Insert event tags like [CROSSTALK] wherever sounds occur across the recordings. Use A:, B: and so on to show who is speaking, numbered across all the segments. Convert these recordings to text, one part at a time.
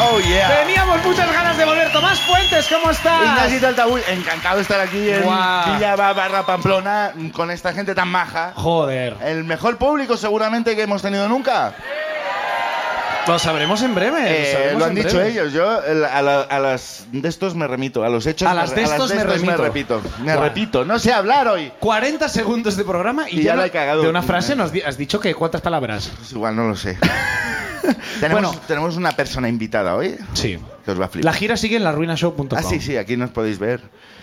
A: Oh, yeah.
B: Teníamos muchas ganas de volver. Tomás Fuentes, ¿cómo estás?
A: Ignacio Taltabull, encantado de estar aquí en
B: Guau.
A: Villa Ba- barra Pamplona mm, con esta gente tan maja.
B: Joder.
A: El mejor público seguramente que hemos tenido nunca.
B: Lo sabremos en breve. lo
A: Eh,
B: sabremos
A: lo han
B: en
A: dicho
B: breve.
A: ellos. Yo el- a, la- a las de estos me remito, a los hechos.
B: A
A: me
B: las
A: re-
B: de estos me remito.
A: repito. Me
B: Guau.
A: repito. No sé hablar hoy.
B: 40 segundos de programa y,
A: Y ya
B: no-
A: la he cagado.
B: De una frase nos di- has dicho que cuántas palabras.
A: Pues igual no lo
B: [LAUGHS]
A: sé. tenemos,
B: Bueno.
A: tenemos una persona invitada hoy
B: Sí.
A: que os va a flipar.
B: La gira sigue en laruinashow.com.
A: Ah, sí, sí, aquí nos podéis ver.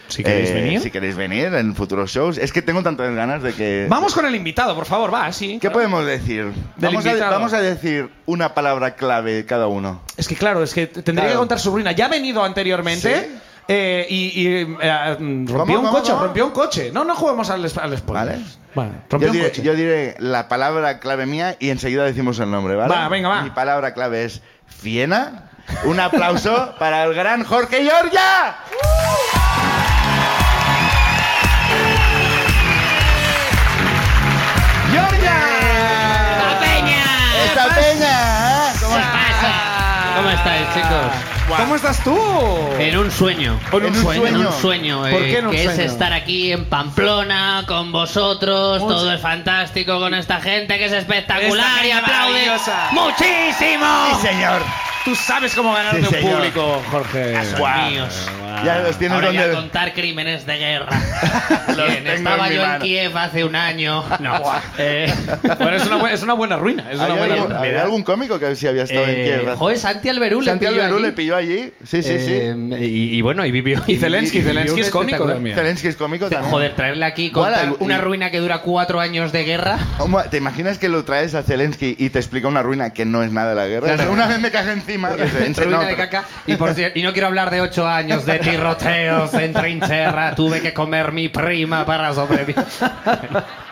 B: Si queréis
A: Eh,
B: venir.
A: Si queréis venir en futuros shows. Es que tengo tantas ganas de que...
B: Vamos con el invitado, por favor, va, sí.
A: ¿Qué
B: claro.
A: podemos decir? Vamos a,
B: invitado.
A: vamos a decir una palabra clave cada uno.
B: Es que claro, es que t- tendría
A: Claro.
B: que contar su ruina. Ya ha venido anteriormente.
A: Sí.
B: eh, y y, eh, mm, rompió
A: Vamos,
B: un
A: vamos,
B: coche,
A: vamos.
B: rompió un coche. No, no juguemos al, sp- al spoiler.
A: Vale.
B: Vale, rompió
A: Yo
B: un
A: diré,
B: coche.
A: yo diré la palabra clave mía y enseguida decimos el nombre, ¿vale?
B: Va, venga, va.
A: Mi palabra clave es Fiena. Un
B: [LAUGHS]
A: aplauso para el gran Jorge Giorgia.
C: ¡La
A: ¡Giorgia!
C: peña!
A: ¡Esta peña! ¿eh? ¿Cómo
C: ¿Qué pasa? ¿Cómo estáis,
B: Ah.
C: chicos?
B: ¿Cómo estás tú?
C: En un sueño.
A: En un sueño.
C: En un sueño, eh,
B: ¿Por qué en un
C: que
B: sueño?
C: es estar aquí en Pamplona con vosotros,
B: Mucho.
C: todo es fantástico con esta gente que es
B: Esta
C: espectacular
B: gente
C: y aplaude
B: maravillosa.
C: muchísimo.
A: Sí, señor.
B: Tú sabes cómo ganarte
A: Sí,
B: un
A: señor.
B: público, Jorge.
C: Dios
A: Guau.
C: Ah, míos.
A: Ya los tienes
C: Ahora
A: donde-
C: ya contar crímenes de guerra.
A: Los
B: [LAUGHS]
C: Bien,
A: tengo
C: estaba
A: en mi
C: yo en
A: mano.
C: Kiev hace un año. [LAUGHS] No. Eh, [LAUGHS]
B: Bueno, es una, bu- es una buena ruina. Es una
A: ¿Había,
B: buena
A: algún,
B: ruina.
A: había algún cómico que sí había estado en
C: eh,
A: tierra?
C: joder, Santi Alberú le
A: Santi
C: pilló
A: Alberú
C: allí.
A: le pilló allí. Sí, sí, sí.
C: Eh, y, y bueno, y vivió.
B: Y Zelensky,
C: y vivió
B: Zelensky
C: un
B: es cómico
C: espectacular.
B: también.
A: Zelensky es cómico también.
C: Joder, traerle aquí
A: Igual
C: contar
A: algo-
C: una
A: y-
C: ruina que dura cuatro años de guerra.
A: ¿Cómo- ¿Te imaginas que lo traes a Zelensky y te explica una ruina que no es nada la guerra?
C: Claro.
A: Una vez me cagué encima. Dice,
C: Ruina
A: "No,
C: de
A: pero-
C: caca. Y, por cier- y no quiero hablar de ocho años de tiroteos en trinchera. Tuve que comer mi prima para sobrevivir.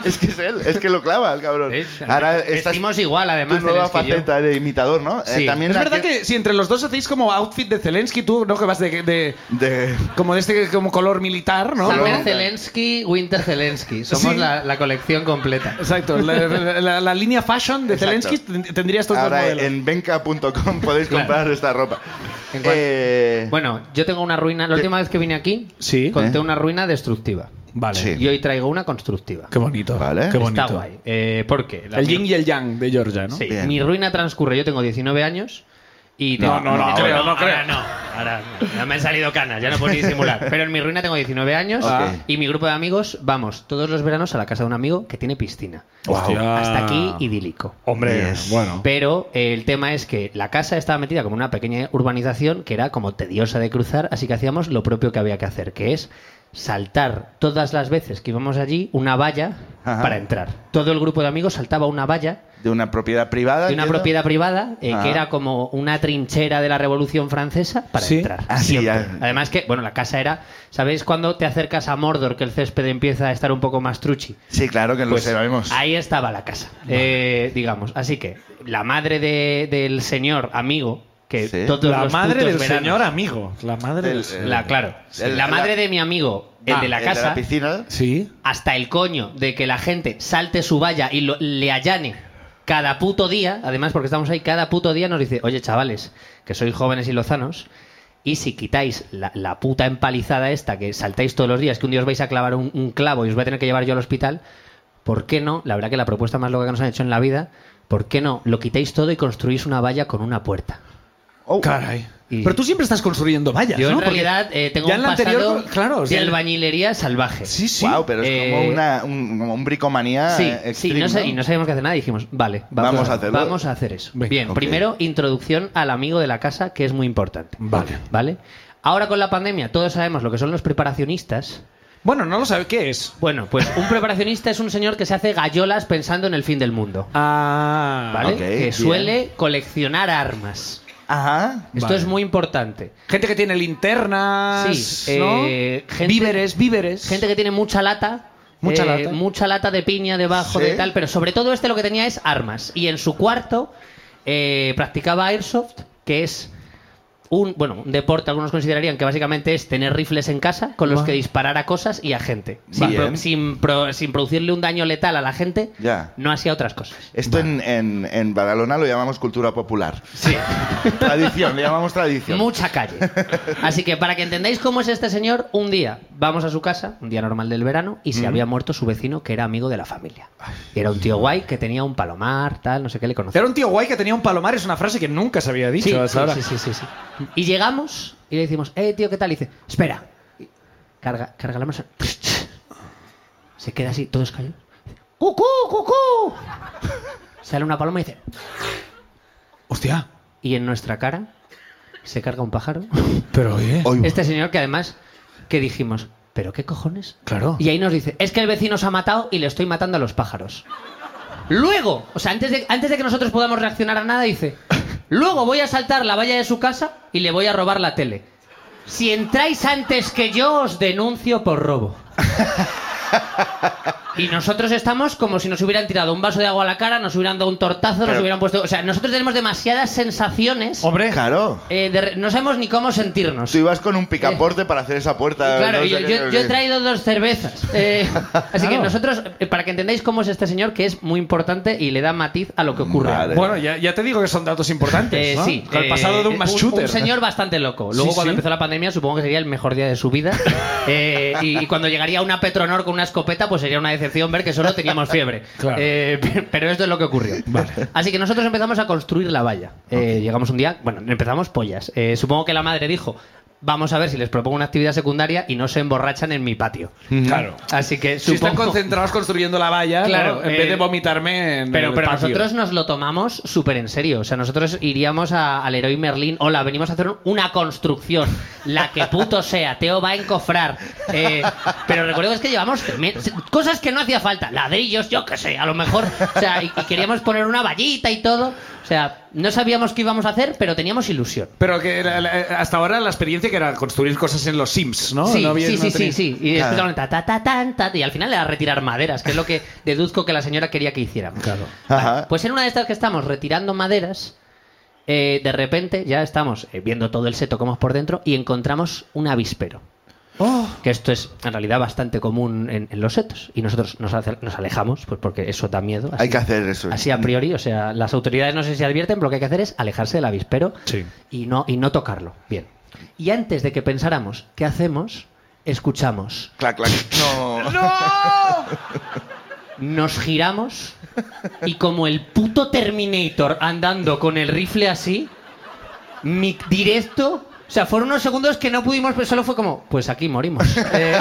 A: Es que es él, es que lo clava el cabrón.
C: ¿Ves?
A: Ahora estás
C: Vestimos igual,
A: tu
C: además.
A: nueva
C: Zelensky y yo.
A: faceta de imitador, ¿no? Eh,
C: Sí.
A: también
B: Es
A: la
B: verdad que si entre los dos hacéis como outfit de Zelensky, tú, ¿no? Que vas de, de-
A: de-
B: como de este como color militar, ¿no?
C: Summer
A: ¿no?
C: Zelensky, Winter Zelensky. Somos
B: Sí.
C: la, la colección completa.
B: Exacto. La, la- la- la línea fashion de
A: Exacto.
B: Zelensky ten- tendría estos dos
A: Ahora
B: modelos.
A: en venca.com podéis
C: Claro.
A: comprar esta ropa.
C: ¿En cuál?
A: Eh,
C: Bueno, yo tengo una ruina. La última vez que vine aquí,
B: Sí.
C: conté
A: ¿Eh?
C: una ruina destructiva.
B: Vale.
A: Sí.
C: Y hoy traigo una constructiva.
B: Qué bonito.
A: Vale.
B: Qué bonito.
C: Está guay. Eh, ¿Por qué? La
B: El
C: mi-
B: yin y el yang de Georgia, ¿no?
C: Sí,
A: Bien.
C: mi ruina transcurre. Yo tengo 19 años y tengo...
B: No, no, no,
A: No,
B: creo,
C: ahora
B: no creo.
C: Ahora no, ahora no. Ya me han salido canas, ya no puedo ni
B: [LAUGHS]
C: disimular. Pero en mi ruina tengo 19 años
A: Ah.
C: y mi grupo de amigos vamos todos los veranos a la casa de un amigo que tiene piscina.
A: Guau.
B: Hostia.
C: Hasta aquí idílico.
B: Hombre,
A: Yes.
B: bueno.
C: Pero eh, el tema es que la casa estaba metida como en una pequeña urbanización que era como tediosa de cruzar, así que hacíamos lo propio que había que hacer, que es saltar todas las veces que íbamos allí una valla
A: Ajá.
C: para entrar. Todo el grupo de amigos saltaba una valla
A: de una propiedad privada.
C: de una
A: entiendo.
C: propiedad privada eh,
A: Ah.
C: que era como una trinchera de la Revolución Francesa para
B: Sí.
C: entrar.
A: Ah, sí,
C: siempre.
A: ya.
C: Además que, bueno, la casa era, ¿sabéis cuando te acercas a Mordor que el césped empieza a estar un poco más truchi?
A: Sí, claro que lo
C: Pues
A: sabemos.
C: ahí estaba la casa, eh, digamos. Así que la madre de- del señor amigo que
A: Sí.
C: todos
B: La
C: los
B: madre
C: putos
B: del
C: veranos-
B: señor amigo. La madre
A: ¿Eh? El-
B: del
A: el-
C: la claro,
A: El-
C: la madre
A: la-
C: de mi amigo, el
A: Ah,
C: de la casa,
A: piscina.
B: Sí.
C: hasta el coño de que la gente salte su valla y lo- le allane cada puto día, además porque estamos ahí cada puto día, nos dice, oye chavales, que sois jóvenes y lozanos, y si quitáis la, la puta empalizada esta que saltáis todos los días, que un día os vais a clavar un, un clavo y os voy a tener que llevar yo al hospital, ¿por qué no? La verdad que la propuesta más loca que nos han hecho en la vida, ¿por qué no? Lo quitáis todo y construís una valla con una puerta.
A: Oh.
B: Caray.
C: Y-
B: Pero tú siempre estás construyendo vallas,
C: Yo
B: ¿no?
C: en
B: Porque
C: realidad eh, tengo
B: ya
C: un
B: en la
C: pasado
B: anterior, claro, o
C: de
B: sea,
C: albañilería salvaje.
B: Sí, sí.
A: Wow, pero es como,
C: Eh,
A: una, un, como un bricomanía.
C: Sí,
A: eh,
C: sí,
A: extreme,
C: no sé- y no sabíamos qué hacer nada. Dijimos, vale, vamos,
A: Vamos a
C: a,
A: hacerlo.
C: vamos a hacer eso.
B: Venga,
C: Bien,
A: ok.
C: primero introducción al amigo de la casa, que es muy importante.
B: Vale.
C: ¿Vale? Ahora con la pandemia todos sabemos lo que son los preparacionistas.
B: Bueno, no lo sabes qué es.
C: Bueno, pues un preparacionista es un señor que se hace gallolas pensando en el fin del mundo.
B: Ah,
C: ¿Vale?
A: ok,
C: que
A: bien.
C: suele coleccionar armas.
A: Ajá.
C: Esto
B: Vale.
C: es muy importante.
B: Gente que tiene linternas,
C: Sí,
B: ¿no?
C: eh, gente-
B: víveres, víveres.
C: Gente que tiene mucha lata.
B: Mucha lata.
C: Mucha lata de piña debajo
A: Sí.
C: de tal, pero sobre todo este lo que tenía es armas. Y en su cuarto eh, practicaba airsoft, que es un, bueno, un deporte, algunos considerarían que básicamente es tener rifles en casa con los que disparar a cosas y a gente. Sin,
A: Bien.
C: pro- sin pro- sin producirle un daño letal a la gente,
A: Ya.
C: no hacia otras cosas.
A: Esto en, en, en Badalona lo llamamos cultura popular.
C: Sí.
A: [LAUGHS] Tradición, le llamamos tradición.
C: Mucha calle. Así que para que entendáis cómo es este señor, un día vamos a su casa, un día normal del verano, y se había muerto su vecino que era amigo de la familia. Y era un tío guay que tenía un palomar, tal, no sé qué le conocía.
B: Era un tío guay que tenía un palomar, es una frase que nunca se había dicho
C: Sí,
B: hasta ahora.
C: sí, sí, sí, sí. Y llegamos y le decimos, eh, tío, ¿qué tal? Y dice, espera. Y Carga, carga la mano. Se queda así, todos callados. ¡Cucú, cucú! Sale una paloma y dice,
B: Hostia,
C: y en nuestra cara se carga un pájaro.
B: pero oye.
A: Hoy-
C: Este señor que además, que dijimos, ¿pero qué cojones?
B: Claro.
C: Y ahí nos dice, es que el vecino se ha matado y le estoy matando a los pájaros. Luego, o sea, antes de, antes de que nosotros podamos reaccionar a nada, dice, luego voy a saltar la valla de su casa y le voy a robar la tele. Si entráis antes que yo, os denuncio por robo. Y nosotros estamos como si nos hubieran tirado un vaso de agua a la cara, nos hubieran dado un tortazo, nos
A: Pero-
C: hubieran puesto... O sea, nosotros tenemos demasiadas sensaciones.
B: Hombre,
A: Claro.
C: eh, de re- no sabemos ni cómo sentirnos. Eh.
A: Tú ibas con un picaporte para hacer esa puerta.
C: Claro,
A: Ah, no sé
C: yo,
A: qué,
C: yo-
A: no sé
C: yo he
A: qué.
C: traído dos cervezas. [LAUGHS] Eh, así que
B: Claro.
C: nosotros, eh, para que entendáis cómo es este señor, que es muy importante y le da matiz a lo que ocurre.
A: Vale.
B: bueno, ya, ya te digo que son datos importantes.
C: [LAUGHS] Eh,
B: ¿no?
C: Sí.
B: El
C: eh,
B: pasado de un mass
C: Un,
B: shooter.
C: señor bastante loco. Luego,
B: [LAUGHS] Sí,
C: cuando
B: sí.
C: empezó la pandemia, supongo que sería el mejor día de su [LAUGHS] vida. Eh, y, y cuando llegaría una Petronor con una escopeta, pues sería una decepción ver que solo teníamos fiebre.
B: Claro. [LAUGHS]
C: Eh, [LAUGHS] pe- pero esto es lo que ocurrió. [LAUGHS] Así que nosotros empezamos a construir la valla. Eh, Llegamos un día, bueno, empezamos pollas. Eh, supongo que la madre dijo. Vamos a ver si les propongo una actividad secundaria y no se emborrachan en mi patio.
B: Claro.
C: Así que
B: Si están
C: supongo-
B: concentrados construyendo la valla,
C: Claro,
B: ¿no? en
C: eh,
B: vez de vomitarme en
C: Pero,
B: el
C: pero
B: patio.
C: nosotros nos lo tomamos súper en serio. O sea, nosotros iríamos a- al Heroi Merlín. Hola, venimos a hacer un- una construcción. La que puto sea. Teo va a encofrar. Eh, pero recuerdo que es que llevamos me- cosas que no hacía falta. Ladrillos, yo qué sé, a lo mejor. O sea, y, y queríamos poner una vallita y todo. O sea, no sabíamos qué íbamos a hacer, pero teníamos ilusión.
B: Pero que la- la- hasta ahora la experiencia que era construir cosas en los Sims, ¿no?
C: Sí,
B: No había-
C: sí,
B: no
C: sí,
B: tenía-
C: sí, sí. Y
A: Claro.
C: empezaron ta, ta, ta, tan, ta, y al final era retirar maderas, que es
B: [LAUGHS]
C: lo que deduzco que la señora quería que hiciéramos.
B: Claro.
A: Ajá.
C: Pues en una de estas que estamos retirando maderas, eh, de repente ya estamos eh, viendo todo el seto como es por dentro y encontramos un avispero.
B: Oh.
C: Que esto es en realidad bastante común en, en los setos. Y nosotros nos, acer- nos alejamos, pues porque eso da miedo. Así,
A: Hay que hacer eso.
C: así a priori, o sea, las autoridades no sé si advierten, pero lo que hay que hacer es alejarse del avispero
B: Sí.
C: y, no, y no tocarlo. Bien. Y antes de que pensáramos qué hacemos, escuchamos
A: Clac, clac.
C: [LAUGHS]
A: No.
C: Nos giramos y como el puto Terminator andando con el rifle así, mi directo... O sea, fueron unos segundos que no pudimos, pero solo fue como, pues aquí morimos.
B: [LAUGHS]
C: Eh,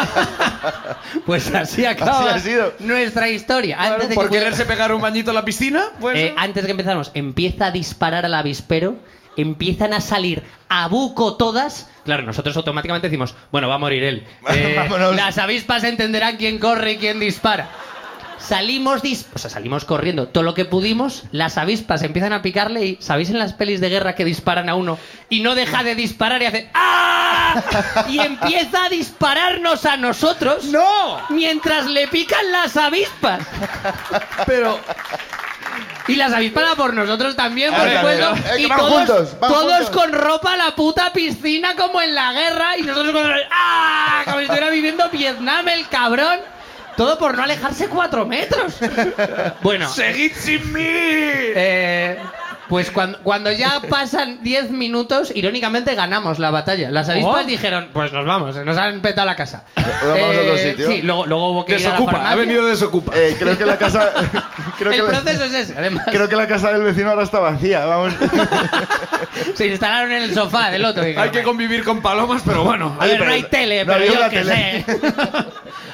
C: [LAUGHS] pues así
A: Así
C: acaba
A: ha sido.
C: nuestra historia.
B: Claro,
C: Antes de
B: por
C: que pudiera-
B: quererse pegar un bañito en la piscina, pues.
C: eh, antes de que empezáramos, empieza a disparar al avispero, empiezan a salir a buco todas. Claro, nosotros automáticamente decimos, bueno, va a morir él.
B: [LAUGHS]
C: Eh,
A: Vámonos.
C: las avispas entenderán quién corre y quién dispara. Salimos, dis- o sea, salimos corriendo todo lo que pudimos, las avispas empiezan a picarle y ¿sabéis en las pelis de guerra que disparan a uno y no deja de disparar y hace ¡Ah! Y empieza a dispararnos a nosotros
B: ¡No!
C: mientras le pican las avispas.
B: Pero.
C: Y las avispas por nosotros también, por
A: Ah,
C: supuesto.
A: también. Eh, que
C: Y
A: van
C: todos,
A: juntos, van
C: todos
A: juntos.
C: con ropa a la puta piscina como en la guerra. Y nosotros con... ¡Ah! Como si estuviera viviendo Vietnam el cabrón. Todo por no alejarse cuatro metros. Bueno,
B: ¡Seguid sin mí!
C: eh, pues cuando, cuando ya
B: [LAUGHS]
C: pasan diez minutos, irónicamente ganamos la batalla. Las avispas
B: Oh.
C: dijeron, pues nos vamos, nos han petado la casa. Eh,
A: Nos vamos a otro sitio.
C: Sí, luego, luego hubo que ir a la
B: desocupa, ha
C: farmacia.
B: venido desocupa.
A: Eh, [LAUGHS] creo que la
C: [LAUGHS]
A: casa. creo,
C: El
A: que la,
C: proceso es ese, además.
A: creo que la casa del vecino ahora está vacía. Vamos.
C: Se instalaron en el sofá del otro.
B: Hay
C: dijeron,
B: que convivir con palomas, pero bueno.
C: A
A: Oye,
C: ver,
A: pero
C: no hay tele,
A: no
C: pero
A: había
C: yo
A: una [LAUGHS]
C: qué
A: tele.
C: sé.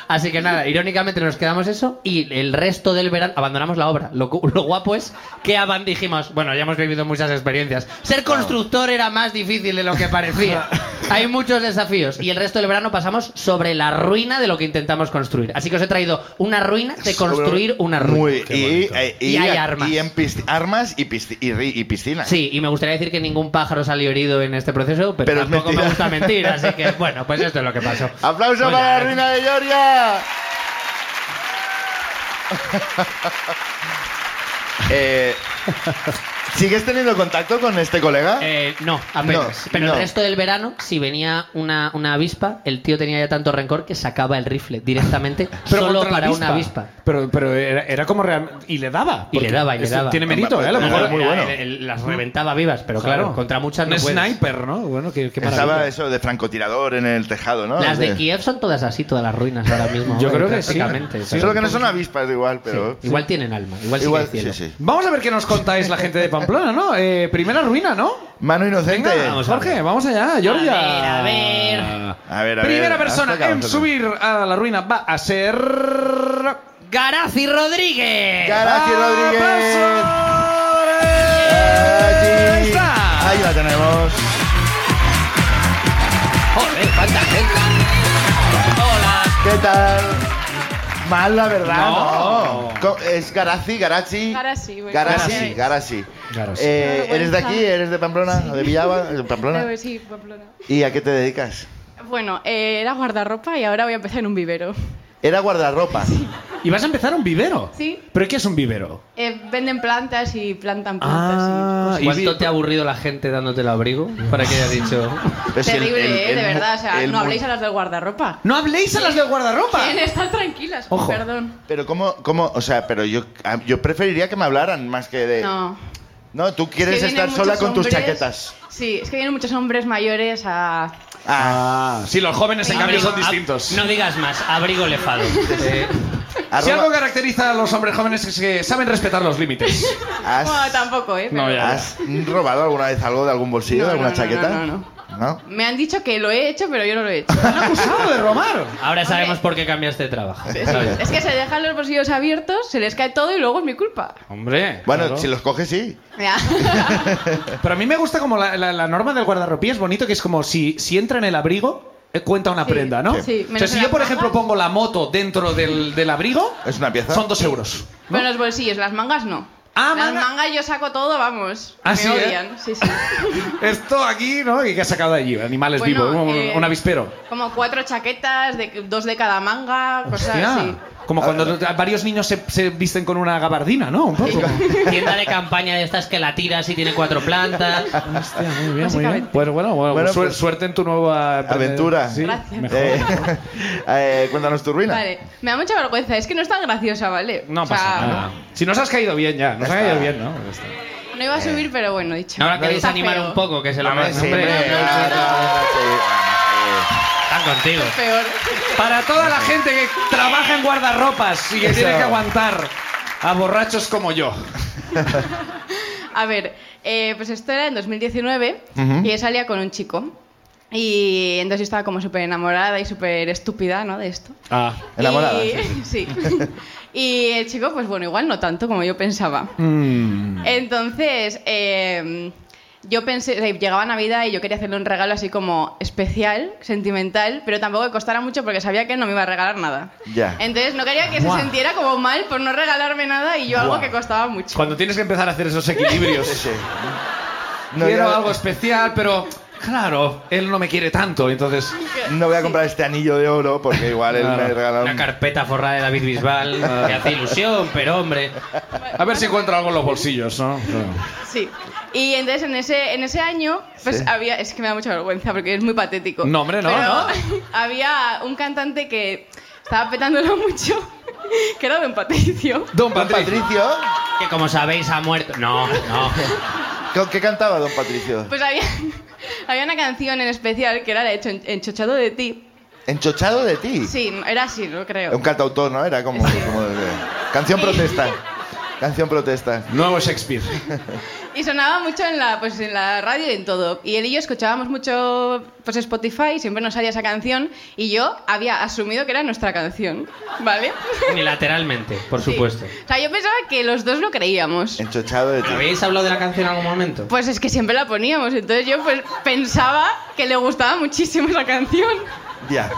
C: Así que nada, irónicamente nos quedamos eso y el resto del verano abandonamos la obra. Lo, cu- lo guapo es que aban dijimos, bueno, ya hemos vivido muchas experiencias. Ser constructor era más difícil de lo
B: [LAUGHS]
C: que parecía. Hay muchos desafíos y el resto del verano pasamos sobre la ruina de lo que intentamos construir. Así que os he traído una ruina de construir una ruina.
A: Muy, y, eh,
C: Y hay armas.
A: Y en pisci- armas y, pisci- y, ri- y piscinas.
C: Sí, y me gustaría decir que ningún pájaro salió herido en este proceso, pero,
A: Pero es
C: tampoco me
A: mentira. [LAUGHS]
C: gusta mentir, así que bueno, pues esto es lo que pasó.
A: ¡Aplauso para
C: Pues nada,
A: la reina de
C: [LAUGHS]
A: Georgia! Eh, ¿Sigues teniendo contacto con este colega?
C: Eh, no, apenas.
A: No,
C: Pero
A: no.
C: el resto del verano, si venía una, una avispa, el tío tenía ya tanto rencor que sacaba el rifle
A: [LAUGHS]
C: directamente
B: Pero
C: solo
B: contra la
C: para una avispa.
B: Pero, pero era, era como real. Y le daba.
C: Y le
B: porque
C: daba, y le
B: eso
C: daba.
B: Tiene mérito, ¿eh? A lo
A: Hombre,
B: mejor
A: era muy bueno.
C: el- el- las reventaba vivas, pero claro,
B: Claro.
C: contra muchas no
B: un
C: puedes.
B: sniper, ¿no? Bueno, qué, qué maravilla.
A: Estaba eso de francotirador en el tejado, ¿no?
C: Las de
A: Ah, Sí.
C: Kiev son todas así, todas las ruinas ahora mismo.
B: Yo creo que sí.
C: prácticamente.
B: Sí,
A: Solo que no son avispas igual,
C: Sí,
A: pero...
C: Igual tienen alma, igual, sí que
A: Igual,
C: hay cielo.
A: sí, sí.
B: Vamos a ver qué nos contáis la gente de Pamplona, ¿no? Eh, primera ruina, ¿no?
A: Mano inocente.
B: Venga,
C: vamos. a
B: Jorge,
C: ver.
B: vamos allá, Georgia.
C: A ver, a
A: A ver, a ver.
B: Primera persona
A: hasta acá,
B: en
A: hasta acá.
B: subir a la ruina va a ser.
C: Garazi Rodríguez.
A: Garaci Rodríguez.
B: ¡Ahí
A: Allí.
B: está!
A: Ahí la tenemos.
C: Joder, cuánta gente. Hola.
A: ¿Qué tal? Mal, la verdad,
B: No.
A: no. Co- Es Garazi, Garachi.
D: Garazi, bueno.
A: Garazi,
D: Garazi.
A: Garazi.
B: Garazi.
A: Eh,
D: Qué
A: ¿Eres de aquí?
D: vergüenza.
A: ¿Eres de Pamplona? ¿O de Villava? ¿De Pamplona?
D: Eh, sí, Pamplona.
A: ¿Y a qué te dedicas?
D: Bueno, eh, era guardarropa y ahora voy a empezar en un vivero.
A: Era guardarropa.
B: Y vas a empezar un vivero.
D: Sí.
B: ¿Pero qué es un vivero?
D: Eh, venden plantas y plantan plantas.
B: Ah,
D: y
B: y-
C: ¿Cuánto te ha aburrido la gente dándote el abrigo para que
A: [LAUGHS]
C: haya
A: Pero
C: dicho?
A: si Pues el-
D: Terrible,
A: el-
D: eh,
A: el
D: de
A: mu-
D: verdad. O sea,
A: el
D: no
A: mu-
D: habléis a las del guardarropa.
B: ¡No habléis a las del guardarropa!
D: Bien, están tranquilas,
B: Ojo.
D: perdón.
A: Pero cómo, cómo, o sea, pero yo, a- yo preferiría que me hablaran más que
B: Eh.
A: de.
D: No.
A: No, tú
D: Es que
A: quieres
D: vienen
A: estar sola
D: muchos
A: con tus
D: hombres-
A: chaquetas.
D: Sí, es que vienen muchos hombres mayores a.
A: Ah,
B: Ah, sí, los jóvenes en cambio
C: Abrigo-
B: son distintos.
C: ab- No digas más,
B: [LAUGHS]
C: abrigo lefado. Eh,
B: Si
A: arroba-
B: algo caracteriza a los hombres jóvenes es que saben respetar los límites.
A: ¿has,
D: Bueno, tampoco, ¿eh?
B: No,
D: pero-
B: ya.
A: has robado alguna vez algo de algún bolsillo,
D: No,
A: de
D: no,
A: alguna
D: no,
A: chaqueta?
D: no, no,
A: ¿No?
D: Me han dicho que lo he hecho, pero yo no lo he hecho.
B: [LAUGHS] Han acusado de robar.
C: Ahora sabemos por qué este cambiaste de trabajo. ¿sabes?
D: es que se dejan los bolsillos abiertos, se les cae todo y luego es mi culpa.
B: Hombre.
A: Bueno,
B: claro.
A: si los coges, sí.
D: Ya.
B: Pero a mí me gusta como la, la- la norma del guardarropía es bonito, que es como si, si entra en el abrigo, eh, cuenta una
D: Sí,
B: prenda, ¿no?
D: sí,
B: o sea,
D: menos
B: si
D: en
B: yo,
D: las
B: por ejemplo,
D: mangas.
B: pongo la moto dentro del, del abrigo,
A: Es una pieza.
B: son dos euros.
D: Pero los bolsillos, las mangas no.
B: Ah,
D: las
B: manga-
D: mangas yo saco todo, vamos.
B: Ah,
D: me
B: sí, ¿eh?
D: odian,
B: [LAUGHS]
D: sí, sí.
B: Esto aquí, ¿no? ¿Y qué has sacado de allí? Animales
D: Bueno,
B: vivos, un,
D: eh,
B: un avispero.
D: Como cuatro chaquetas, de, dos de cada manga, cosas
B: Hostia.
D: así.
B: Como cuando varios niños se, se visten con una gabardina, ¿no? Un poco.
D: [LAUGHS]
C: Tienda de campaña de estas que la tiras y tiene cuatro plantas.
B: Hostia, muy bien, muy bien.
D: Básicamente. [LAUGHS]
B: Pues bueno, bueno,
A: Bueno,
B: suer-
A: pues-
B: suerte en tu nueva
A: Aventura.
B: Sí,
D: Gracias.
B: mejor.
A: Eh, [LAUGHS] eh, cuéntanos tu ruina.
D: Vale, me da mucha vergüenza, es que no es tan graciosa, ¿vale?
B: No
D: O sea,
B: pasa nada. Si nos has caído bien ya, nos ha caído bien, ¿no?
D: No iba a subir, pero bueno, dicho.
C: Ahora queréis
D: Está
C: animar
D: feo.
C: un poco, que se lo
A: Hombre,
C: merecen.
A: sí, hombre,
C: Hombre,
A: ah, no, sí,
C: Están contigo.
D: [LAUGHS] Peor.
B: Para toda la gente que trabaja en guardarropas y que
A: Eso.
B: tiene que aguantar a borrachos
A: [LAUGHS]
B: como yo.
D: A ver, eh, pues esto era en 2019
A: Ujú.
D: y yo salía con un chico. Y entonces yo estaba como súper enamorada y súper estúpida, ¿no? De esto.
B: Ah.
A: Enamorada,
D: Y, [LAUGHS] sí. y el chico, pues bueno, igual no tanto como yo pensaba.
B: Mm.
D: Entonces, eh, yo pensé, o sea, llegaba Navidad y yo quería hacerle un regalo así como especial, sentimental, pero tampoco que costara mucho porque sabía que él no me iba a regalar nada.
A: Ya.
D: Entonces no quería que
B: Buah.
D: se sintiera como mal por no regalarme nada y yo algo
B: Buah.
D: que costaba mucho.
B: Cuando tienes que empezar a hacer esos equilibrios.
A: sí, sí. No,
B: Quiero
A: ya-
B: algo especial, pero claro, él no me quiere tanto, entonces.
A: no voy a comprar este anillo de oro porque igual él
B: Claro.
A: me regaló
C: Una
A: un-
C: carpeta forrada de David
A: [LAUGHS]
C: Bisbal que hace ilusión, pero hombre.
B: A ver si encuentro algo en los bolsillos, ¿no?
D: Sí. Y entonces en ese, en ese año, pues había. Es que me da mucha vergüenza porque es muy patético.
B: No, hombre, no,
D: Pero
B: no.
D: [LAUGHS] había un cantante que estaba petándolo [LAUGHS] mucho, que era Don Patricio.
A: ¿Don
B: Don Patricio.
A: Patricio?
C: Que como sabéis ha muerto. No, no.
A: ¿Con qué cantaba Don Patricio?
D: Pues había, había una canción en especial que era la de Chon- Enchochado de ti.
A: ¿Enchochado de ti?
D: Sí, era así, no creo.
A: Un cantautor, ¿no? Era como... como de- Canción protesta. Canción protesta.
B: Nuevo Shakespeare.
D: Y sonaba mucho en la, pues, en la radio y en todo. Y él y yo escuchábamos mucho pues, Spotify, siempre nos salía esa canción. Y yo había asumido que era nuestra canción, ¿vale?
C: Unilateralmente, por supuesto.
D: Sí. O sea, yo pensaba que los dos lo creíamos.
A: Enchochado de ti.
C: ¿Habéis hablado de la canción en algún momento?
D: Pues es que siempre la poníamos, entonces yo pues pensaba que le gustaba muchísimo esa canción.
A: [LAUGHS] Ya.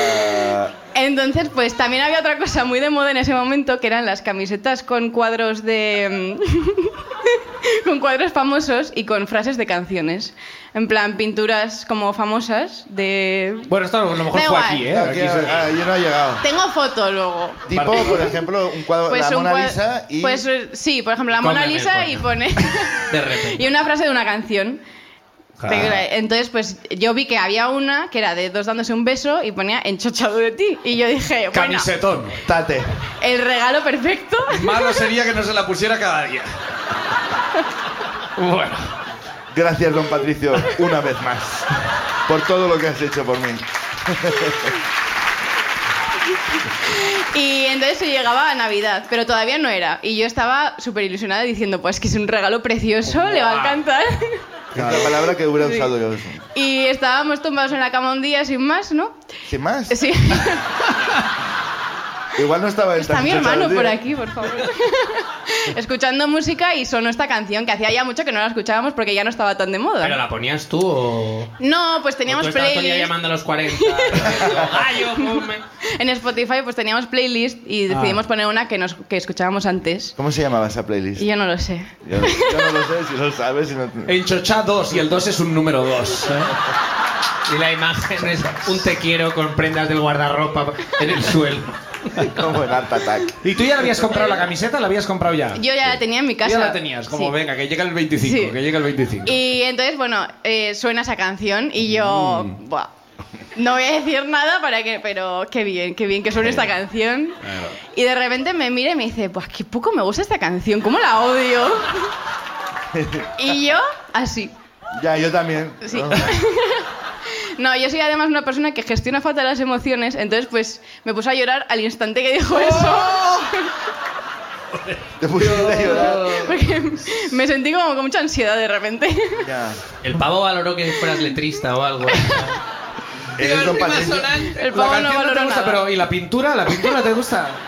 A: Ah,
D: Entonces, pues también había otra cosa muy de moda en ese momento, que eran las camisetas con cuadros de... mm, [LAUGHS] con cuadros famosos y con frases de canciones. En plan, pinturas como famosas de...
B: Bueno, esto a lo mejor
D: Da
B: fue
D: igual.
B: aquí, ¿eh?
A: Ah,
B: Aquí
A: aquí,
B: se-
A: ah, yo no he llegado.
D: Tengo foto luego. Pues
A: Tipo, por ejemplo, un cuadro de la
D: un
A: Mona
D: cua-
A: Lisa y...
D: Pues eh, sí, por ejemplo, la
C: Cómeme
D: Mona
C: el
D: Lisa
C: coño. [LAUGHS]
D: y pone...
C: De repente.
D: y una frase de una canción.
B: Claro.
D: Entonces, pues yo vi que había una que era de dos dándose un beso y ponía enchochado de ti. Y yo dije, bueno,
B: Camisetón.
A: Tate.
D: el regalo perfecto. [LAUGHS]
B: Malo sería que no se la pusiera cada día. Bueno.
A: Gracias, don Patricio, una vez más, por todo lo que has hecho
D: [LAUGHS]
A: por mí.
D: [LAUGHS] Y entonces se llegaba a Navidad, pero todavía no era. Y yo estaba súper ilusionada diciendo, pues que es un regalo precioso, le va a encantar.
A: La palabra que hubiera usado yo.
D: [LAUGHS] Y estábamos tumbados en la cama un día sin más, ¿no?
A: ¿Qué más?
C: [LAUGHS]
D: Sí,
A: Igual no estaba el
D: [LAUGHS] está mi
A: taxi
D: hermano
A: Charlie.
D: por aquí, por favor. [LAUGHS] Escuchando música y sonó esta canción que hacía ya mucho que no la escuchábamos porque ya no estaba tan de moda.
C: ¿Pero la ponías tú o...?
D: No, pues
C: o
D: teníamos
C: tú estabas todo el día
D: playlist.
C: llamando a los 40.
D: [LAUGHS]
C: diciendo, Gallo, ponme".
D: En Spotify pues teníamos playlist y
C: Ah.
D: decidimos poner una que, nos, que escuchábamos antes.
A: ¿Cómo se llamaba esa playlist?
D: Y
A: Yo,
D: yo no lo sé.
A: yo no lo sé, [LAUGHS] si lo sabes, si no...
B: En Chochá 2 y el 2 es un número ¿eh? 2.
C: Y la imagen es un te quiero con prendas del guardarropa en el suelo.
A: [LAUGHS] Como en Art Attack.
B: ¿Y tú ya le habías comprado la camiseta? ¿La habías comprado ya?
D: Yo ya la tenía en mi casa.
B: ya la tenías, como
D: Sí.
B: venga, que llega el 25,
D: Sí.
B: que llega el 25.
D: Y entonces, bueno, eh, suena esa canción y yo... buah, no voy a decir nada para que... Pero qué bien, qué bien que suene esta canción. Y de repente me mira y me dice, pues qué poco me gusta esta canción, ¿cómo la odio? y yo, así. [LAUGHS]
A: Ya, yo también.
D: Sí.
A: ¿no?
D: No, yo soy además una persona que gestiona fatal las emociones, entonces pues me puse a llorar al instante que dijo eso, [LAUGHS]
A: Te pusiste a llorar.
D: porque me sentí como con mucha ansiedad de repente.
A: Ya.
C: El
A: [LAUGHS]
C: pavo valoró que fueras letrista o algo.
B: [LAUGHS]
A: Eres don Patricio.
D: El pavo
B: la
D: no
B: canción te
D: valoró
B: gusta,
D: nada.
B: pero ¿y la pintura? ¿La pintura te gusta?
D: [LAUGHS]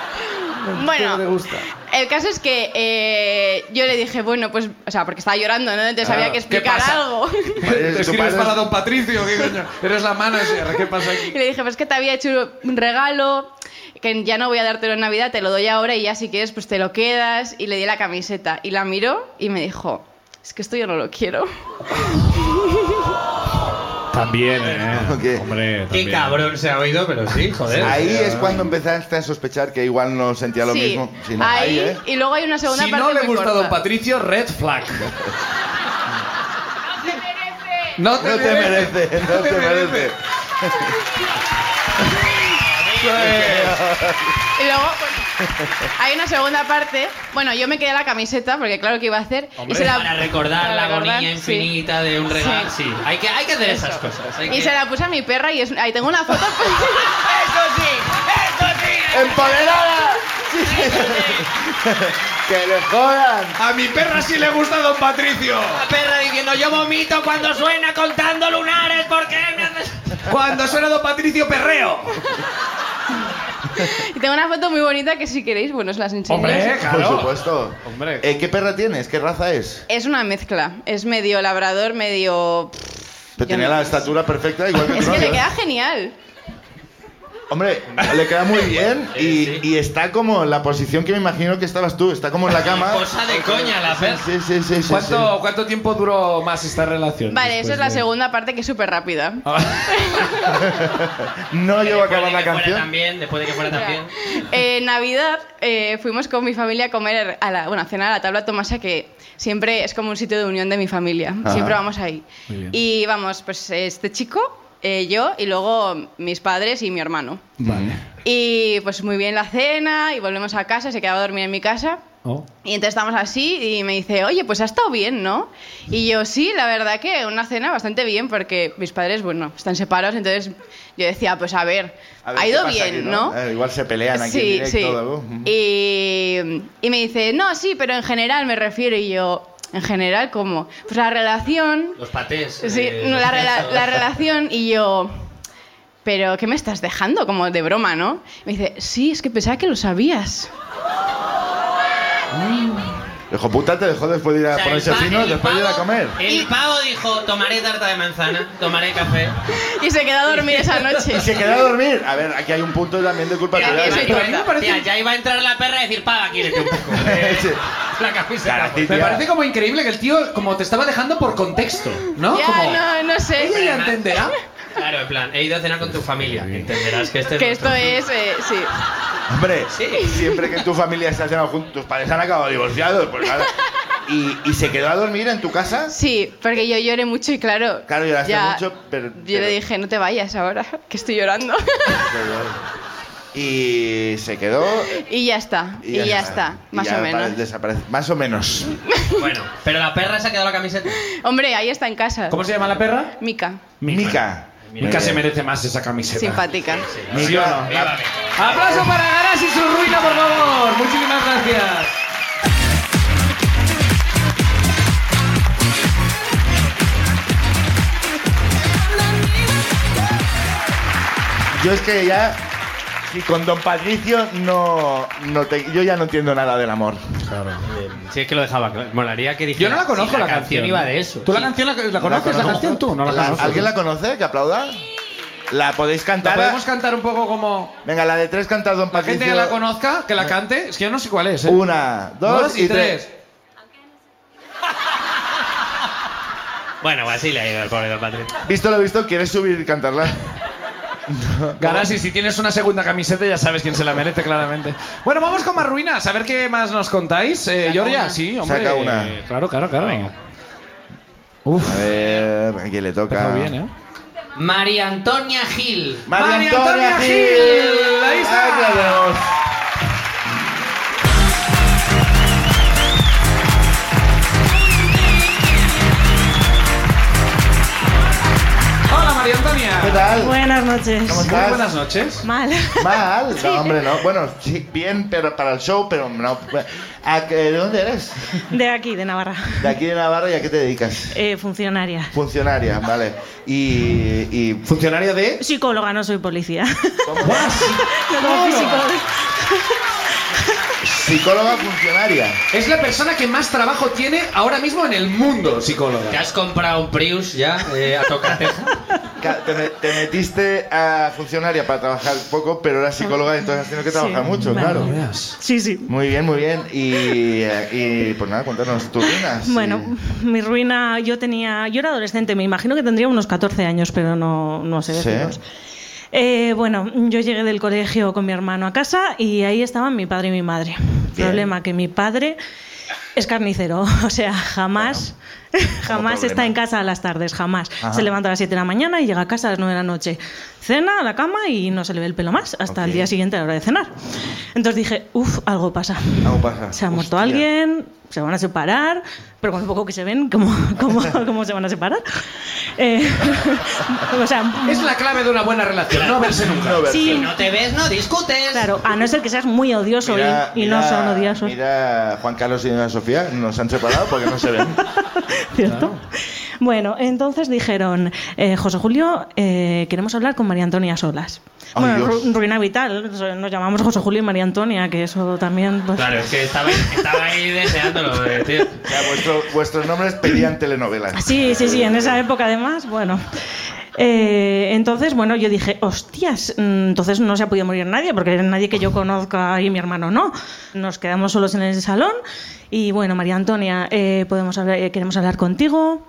D: Bueno,
B: ¿Te gusta?
D: el caso es que eh, yo le dije, bueno, pues, o sea, porque estaba llorando, ¿no? Entonces
B: Claro.
D: había que
B: Ah, ¿Qué
D: explicar
B: pasa?
D: algo. [LAUGHS]
A: Eres-
B: ¿Te
A: tu
B: escribes
A: padre-
B: para Don Patricio? ¿Qué coño? Eres la manager, ¿qué pasa
D: Y
B: aquí?
D: le dije, pues que te había hecho un regalo, que ya no voy a dártelo en Navidad, te lo doy ahora y ya si quieres, pues te lo quedas. Y le di la camiseta y la miró y me dijo, es que esto yo no lo quiero.
B: También, [LAUGHS] ¿eh?
A: Ok.
B: Hombre,
C: Qué cabrón se ha oído, pero sí, joder.
A: Ahí es cuando empezaste a sospechar que igual no sentía lo
D: sí,
A: mismo. Sí, no, ahí,
D: ahí,
A: ¿eh?
D: y luego hay una segunda
B: Si
D: parte
B: no le
D: muy
B: gusta a
D: corta.
B: Don Patricio, red
C: [LAUGHS]
B: flag. No te
A: No te merece, no te
B: [LAUGHS]
A: merece.
D: [LAUGHS] Y luego, bueno, hay una segunda parte. Bueno, yo me quedé la camiseta porque claro que iba a hacer. y se la,
C: para recordar
D: para
C: la
D: recordar,
C: agonía
D: sí.
C: infinita de un regalo. Sí,
D: Sí.
C: Hay, que, hay que hacer esas cosas. hay
D: Y
C: que-
D: se la puse a mi perra y es- ahí
B: [LAUGHS]
D: tengo una foto.
A: ¡Empoderada! Sí, sí. ¡Que le jodan!
B: A mi perra sí le gusta Don Patricio.
C: La perra diciendo yo vomito cuando suena contando lunares porque me haces...
B: Cuando suena Don Patricio, perreo.
D: y tengo una foto muy bonita que si queréis, bueno, os las enseño.
B: Hombre,
A: Por
B: claro.
A: supuesto.
B: Hombre.
A: Eh, ¿Qué perra tienes? ¿Qué raza es?
D: Es una mezcla. Es medio labrador, medio...
A: Pero
D: Yo
A: Pues tenía
D: no
A: la
D: sé.
A: estatura perfecta, igual que
D: [LAUGHS] Es
A: tu
D: que le
A: novio.
D: queda genial.
A: Hombre, le queda muy bien y,
C: Sí, sí.
A: y está como en la posición que me imagino que estabas tú. Está como en la cama.
C: [LAUGHS] Cosa de coña la perra.
A: Sí, sí, sí. sí,
B: ¿Cuánto, ¿Cuánto tiempo duró más esta relación?
D: Vale, esa
B: después
D: es la
B: [LAUGHS] de- Ah.
D: segunda parte que es súper rápida.
A: sí. No llevo a acabar la
C: Después de que fuera
A: canción.
C: También, después de que fuera también.
D: Eh, Navidad eh, fuimos con mi familia a comer a la, bueno, a cenar a la tabla Tomasa, que siempre es como un sitio de unión de mi familia.
A: Ajá.
D: Siempre vamos ahí.
B: Muy bien.
D: Y vamos, pues este chico, eh, yo y luego mis padres y mi hermano.
B: Vale.
D: Y pues muy bien la cena y volvemos a casa, se quedaba a dormir en mi casa.
B: Oh.
D: Y entonces estamos así y me dice, oye, pues ha estado bien, ¿no? Y yo, sí, la verdad que una cena bastante bien porque mis padres, bueno, están separados, entonces yo decía, pues a ver,
A: A ver
D: ha
A: qué
D: ido
A: pasa
D: bien,
A: aquí,
D: ¿no?
A: Eh, igual se pelean aquí
D: Sí,
A: en
D: sí.
A: directo. ¿no? Ujú.
D: Y, y me dice, no, sí, pero en general me refiero. Y yo, ¿en general cómo? Pues la relación.
C: Los patés.
D: Sí,
C: eh,
D: no,
C: los
D: la, rela-
C: besos.
D: la relación. Y yo, ¿pero qué me estás dejando? Como de broma, ¿no? Me dice, sí, es que pensaba que lo sabías.
A: El Mm. Hijo puta te dejó después de ir a
C: O sea,
A: ponerse
C: el pa-
A: fino,
C: el
A: después de ir a
C: pavo- eh.
A: comer.
C: El pavo dijo, tomaré tarta de manzana, tomaré café.
D: Y se quedó a dormir
B: [LAUGHS]
D: esa noche.
A: Y se quedó a dormir. A ver, aquí hay un punto también de culpa
C: Tía,
A: tuya.
D: aquí
C: iba-
D: sí,
A: Sí.
D: pero a mí me
C: tía,
D: parece-
C: ya iba a entrar la perra y decir, pava, quiérete un poco.
A: Eh, Sí.
B: la camiseta.
A: Claro, sí,
B: Me
A: tío.
B: parece como increíble que el tío como te estaba dejando por contexto, ¿no?
D: ya,
B: Como,
D: no, no sé.
B: Ella ya entenderá.
C: Claro, en plan, he ido a cenar con tu familia. Entenderás que este
D: Que
C: nuestro-
D: esto es, eh, sí.
A: Hombre,
C: Sí.
A: siempre que tu familia está cenando juntos, tus padres han acabado divorciados, pues claro. ¿Y, y se quedó a dormir en tu
B: Ah.
A: casa?
D: Sí, porque yo lloré mucho y claro.
A: Claro, lloraste
D: ya-
A: mucho, pero-
D: Yo
A: pero-
D: le dije, no te vayas ahora, [LAUGHS] que estoy llorando.
A: Y se quedó.
D: [LAUGHS] y ya está, y, ya, está,
A: Y
D: más
A: ya
D: o
A: para-
D: menos.
A: desaparece- Más o menos.
C: Bueno, pero la perra se ha quedado la camiseta.
D: Hombre, ahí está en casa.
B: ¿Cómo se llama la perra?
D: Mica,
A: Mica.
B: Mica se merece más esa camiseta.
D: simpática.
B: ¿Sí o no?
A: Mica.
B: Aplauso para Garas y su ruina, por favor. Muchísimas gracias.
A: Yo es que ya. Si con Don Patricio no, no te- yo ya no entiendo nada del amor.
C: Si es que lo dejaba claro. Molaría que dijera.
B: Yo no la conozco
C: si
B: la,
C: canción. iba de eso.
B: ¿Tú la
C: Sí.
B: canción la, la conoces? ¿La,
A: conozco.
B: canción tú? No la,
A: La-
B: conoces.
A: ¿Alguien la conoce? ¿Que aplauda? ¿La podéis
B: ¿La
A: cantar?
B: podemos cantar un poco como
A: Venga, la de tres canta Don
B: la
A: Patricio.
B: gente que la conozca, que la cante? Es que yo no sé cuál es. ¿eh?
A: Una, dos, y tres.
C: [LAUGHS] Bueno, pues así le ha ido el pobre don Patrick.
A: Visto lo visto, ¿quieres subir y cantarla?
B: Garasi, si tienes una segunda camiseta ya sabes quién se la merece claramente. Bueno, vamos con más ruinas, a ver qué más nos contáis. Eh,
D: Saca
B: Georgia,
D: una.
B: sí, hombre.
A: Saca una.
B: eh, Claro, claro, claro. Uf,
A: A ver, ¿a quién le toca?
B: empezó bien, ¿eh?
C: María Antonia Gil.
A: María
B: María
A: Antonia,
B: Antonia
A: Gil. Ah,
B: Gil, ahí está.
A: Ahí tenemos.
B: Hola, María Antonia.
A: ¿Qué tal?
E: Buenas noches.
A: ¿Cómo
B: Muy
A: estás?
B: buenas noches.
E: Mal.
A: Mal, no, hombre, no. Bueno, sí, bien pero para el show, pero no. ¿A qué- ¿De dónde eres?
E: De aquí, de Navarra.
A: ¿De aquí de Navarra y a qué te dedicas?
E: Eh, funcionaria.
A: Funcionaria, vale. Y. y ¿Funcionaria de.?
E: Psicóloga, no soy policía. [LAUGHS]
A: ¿Cómo?
E: No, no, psicóloga.
A: Psicóloga funcionaria.
B: Es la persona que más trabajo tiene ahora mismo en el mundo,
C: ¿Te
B: psicóloga.
C: has comprado un Prius ya eh, a tocateja?
A: Ca- Te, me- te metiste a funcionaria para trabajar poco, pero eras psicóloga, entonces has tenido que trabajar
E: Ah. Sí,
A: mucho,
E: vale.
A: claro.
E: Sí, sí.
A: Muy bien, muy bien. Y, y, pues nada, cuéntanos tus ruinas.
E: [LAUGHS] Bueno,
A: Y-
E: mi ruina, yo tenía, yo era adolescente, me imagino que tendría unos 14 años, pero no, no sé
A: Sí.
E: deciros. Eh, bueno, yo llegué del colegio con mi hermano a casa y ahí estaban mi padre y mi madre.
A: Bien.
E: Problema que mi padre es carnicero, [LAUGHS] o sea, jamás, [LAUGHS] jamás
A: problema.
E: está en casa a las tardes, jamás.
A: Ajá.
E: Se levanta a las 7 de la mañana y llega a casa a las 9 de la noche. Cena a la cama y no se le ve el pelo más hasta el
A: Ok.
E: día siguiente a la hora de cenar. Entonces dije, uff, algo pasa.
A: Algo pasa.
E: Se ha muerto
A: Hostia.
E: alguien, se van a separar, pero con lo poco que se ven, ¿cómo,
B: [LAUGHS]
E: cómo, cómo se van a separar? Eh, [LAUGHS] o sea,
B: Es la clave de una buena relación, no verse nunca.
A: No,
E: Sí.
C: Si no te ves, no discutes.
E: claro, a no ser que seas muy odioso y-
A: Mira-
E: y, no
A: mira-
E: son odiosos,
A: Mira, Juan Carlos y Ana Sofía nos han separado porque no se ven.
E: ¿cierto? Bueno, entonces dijeron, eh, José Julio, eh, queremos hablar con María Antonia Solas.
A: Ay,
E: bueno,
A: Dios.
E: ru- ruina vital, nos llamamos José Julio y María Antonia, que eso también... pues,
C: [LAUGHS] Claro, es que estaba, estaba ahí deseándolo, eh, tío.
A: O sea, vuestro- vuestros nombres pedían telenovelas.
E: Ah,
C: [LAUGHS]
E: Sí, sí, sí, en esa época además, bueno. Eh, entonces, bueno, yo dije, hostias, mm, entonces no se ha podido morir nadie, porque nadie que yo conozca y mi hermano no. Nos quedamos solos en el salón y bueno, María Antonia, eh, podemos hablar- eh, queremos hablar contigo,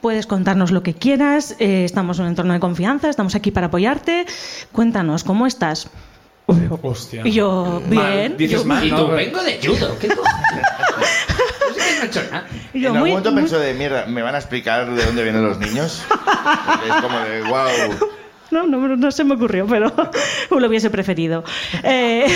E: puedes contarnos lo que quieras, eh, estamos en un entorno de confianza, estamos aquí para apoyarte, cuéntanos, ¿cómo estás?
B: Hostia.
E: Y yo, bien,
B: Dices
E: yo,
B: Eh, mal,
C: y
B: ¿no?
C: tú, vengo de judo. ¿Qué cojones? No sé, no he hecho nada.
E: y yo,
A: en algún
E: muy,
A: momento
E: muy-
A: pensó de, mierda, ¿me van a explicar de dónde vienen
E: [LAUGHS]
A: los niños? Porque es como de, wow.
E: No, no, no se me ocurrió, pero [LAUGHS] lo hubiese preferido. Eh,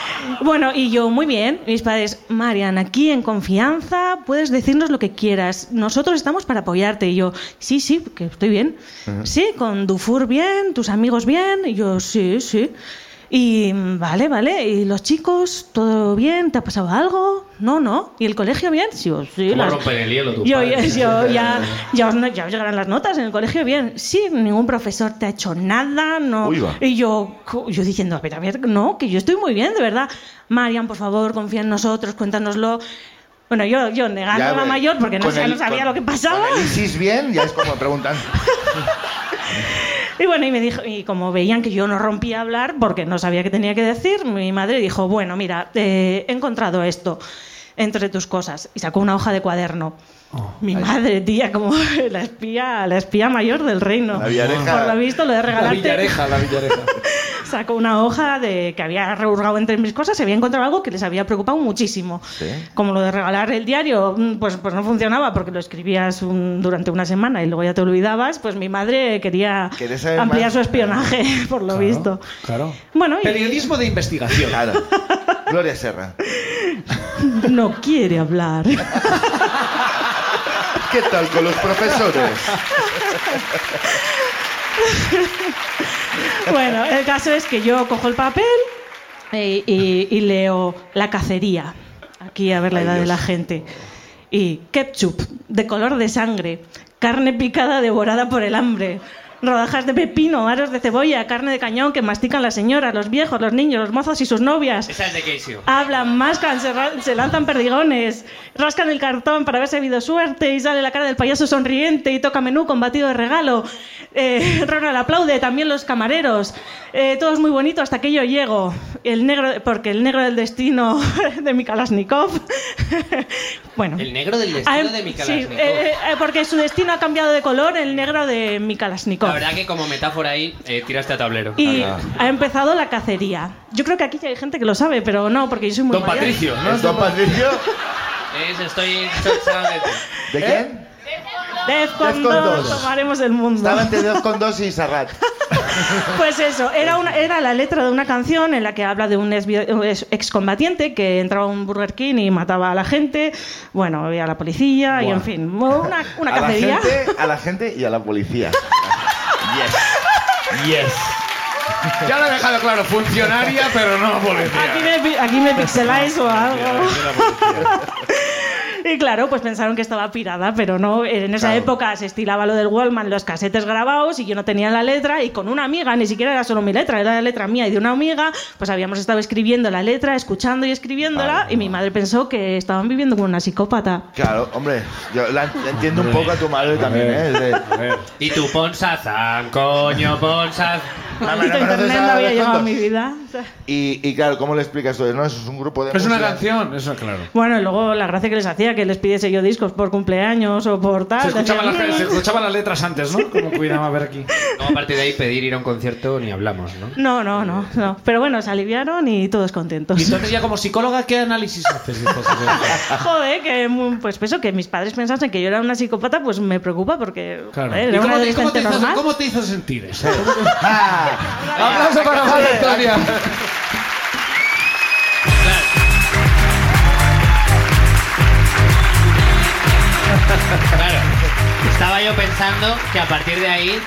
E: [LAUGHS] bueno, y yo, muy bien, mis padres, Marian, aquí en confianza, puedes decirnos lo que quieras. Nosotros estamos para apoyarte. Y yo, sí, sí, que estoy bien. Sí, con Dufour bien, tus amigos bien. Y yo, sí, sí. Y mm, vale, vale. ¿Y los chicos? ¿Todo bien? ¿Te ha pasado algo? No, no. ¿Y el colegio bien? Sí, yo, sí.
C: ¿Cómo
E: las-
C: rompen el hielo, tú?
E: yo, yo,
A: [LAUGHS]
E: yo ya, ya, os, ya os llegarán las notas en el colegio, bien. Sí, ningún profesor te ha hecho nada, no.
A: Uy, va.
E: Y yo, co- yo diciendo, a ver, a ver, no, que yo estoy muy bien, de verdad. Marian, por favor, confía en nosotros, cuéntanoslo. Bueno, yo, yo negando
A: Ya,
E: a la
A: eh,
E: mayor porque no,
A: con
E: sé-
A: el-
E: no sabía
A: con-
E: lo que pasaba.
A: Con el ISIS bien, ya es como
E: [LAUGHS]
A: preguntan.
E: Y bueno, y me dijo, y como veían que yo no rompía a hablar porque no sabía qué tenía que decir, mi madre dijo, bueno, mira, eh, he encontrado esto. entre tus cosas. Y sacó una hoja de cuaderno. Mi madre, tía, como [LAUGHS] la espía, la espía mayor del reino.
A: La Villareja.
E: Por lo visto, lo de
B: La
E: regalarte.
B: villareja, la villareja.
E: [LAUGHS] sacó una hoja de que había rebuscado entre mis cosas y había encontrado algo que les había preocupado muchísimo. Como lo de regalar el diario, mm, pues, pues no funcionaba porque lo escribías un- durante una semana y luego ya te olvidabas, pues mi madre quería
A: ¿Querés saber
E: ampliar
A: más?
E: su
B: [LAUGHS]
E: espionaje, por lo visto.
B: Claro.
E: Bueno, y-
B: Periodismo de investigación.
A: Claro. Gloria Serra.
E: No quiere
A: [LAUGHS]
E: hablar.
A: ¿Qué tal con los profesores?
E: bueno, el caso es que yo cojo el papel eh, y, y leo La cacería. Aquí a ver la
A: Ay,
E: edad de
A: Dios.
E: la gente. Y ketchup, de color de sangre, carne picada devorada por el hambre, rodajas de pepino, aros de cebolla, carne de cañón que mastican las señoras, los viejos, los niños, los mozos y sus novias.
C: Esa es de Casey.
E: Hablan, mascan, se, ra- se lanzan perdigones, rascan el cartón para haberse habido suerte y sale la cara del payaso sonriente y toca menú con batido de regalo. Eh, [LAUGHS] Ronald aplaude, también los camareros. Eh, todo es muy bonito hasta que yo llego. El negro, porque el negro del destino [LAUGHS] de Mikalasnikov. bueno.
C: El negro del destino
E: Ah,
C: de
E: sí,
C: Mikalasnikov.
E: eh, eh, porque su destino ha cambiado de color, el negro de Mikalasnikov.
C: La verdad que como metáfora ahí eh, tiraste a tablero.
E: Y ha empezado la cacería. Yo creo que aquí ya hay gente que lo sabe, pero no, porque yo soy muy
B: Don
E: mayor.
B: Patricio, ¿no?
A: ¿Es don Patricio?
C: Es- estoy chochado de ti.
A: ¿De quién?
E: Defcon
A: Defcon
E: 2,
A: dos.
E: tomaremos el mundo.
A: Estaba entre dos con dos y Serrat.
E: Pues eso, era, una- era la letra de una canción en la que habla de un exvi- ex- excombatiente que entraba a un Burger King y mataba a la gente, bueno, había a la policía y en fin, una, [LAUGHS] una
A: a la
E: cacería.
A: gente, a la gente y a la policía. Yes. Yes.
B: Ya lo he dejado claro, funcionaria, pero no policía.
E: Aquí me, pi- aquí me pixeláis o algo. Y claro, pues pensaron que estaba pirada, pero no. En esa
A: Claro.
E: época se estilaba lo del Wallman, los casetes grabados, y yo no tenía la letra, y con una amiga, ni siquiera era solo mi letra, era la letra mía y de una amiga, pues habíamos estado escribiendo la letra, escuchando y escribiéndola,
A: Vale.
E: y mi madre pensó que estaban viviendo con una psicópata.
A: Claro, hombre, yo la la entiendo un poco a tu madre también, ¿eh? Es de-
C: Y tú pon Shazam, coño, pon Shazam.
A: Mamá,
E: Maldito
A: ¿no conoces
E: internet
A: a
E: no había
A: los
E: llegado a mi
A: Condos?
E: vida.
A: Y, y claro, ¿cómo le explicas todo eso? No, eso es un grupo de
B: Es una
A: música.
B: canción, eso claro.
E: Bueno, y luego la gracia que les hacía, que les pidiese yo discos por cumpleaños o por tal.
B: Se escuchaban,
E: decían,
B: las, se
E: "Mm".
B: escuchaban las letras antes, ¿no? Como cuidaba a ver aquí.
C: Luego a partir de ahí pedir ir a un concierto ni hablamos, ¿no?
E: No, no, no, no. Pero bueno, se aliviaron y todos contentos.
B: Y entonces ya como psicóloga, ¿qué análisis haces? de estas cosas?
E: [LAUGHS] Joder, que mm, pues eso, que mis padres pensasen que yo era una psicópata, pues me preocupa porque
B: Claro.
E: joder,
B: ¿Y
E: era una
B: cómo te, cómo te
E: adolescente
B: hizo,
E: normal.
B: cómo te hizo sentir eso?
A: Ah,
B: Aplauso para María Victoria.
C: Claro. Estaba yo pensando que a partir de ahí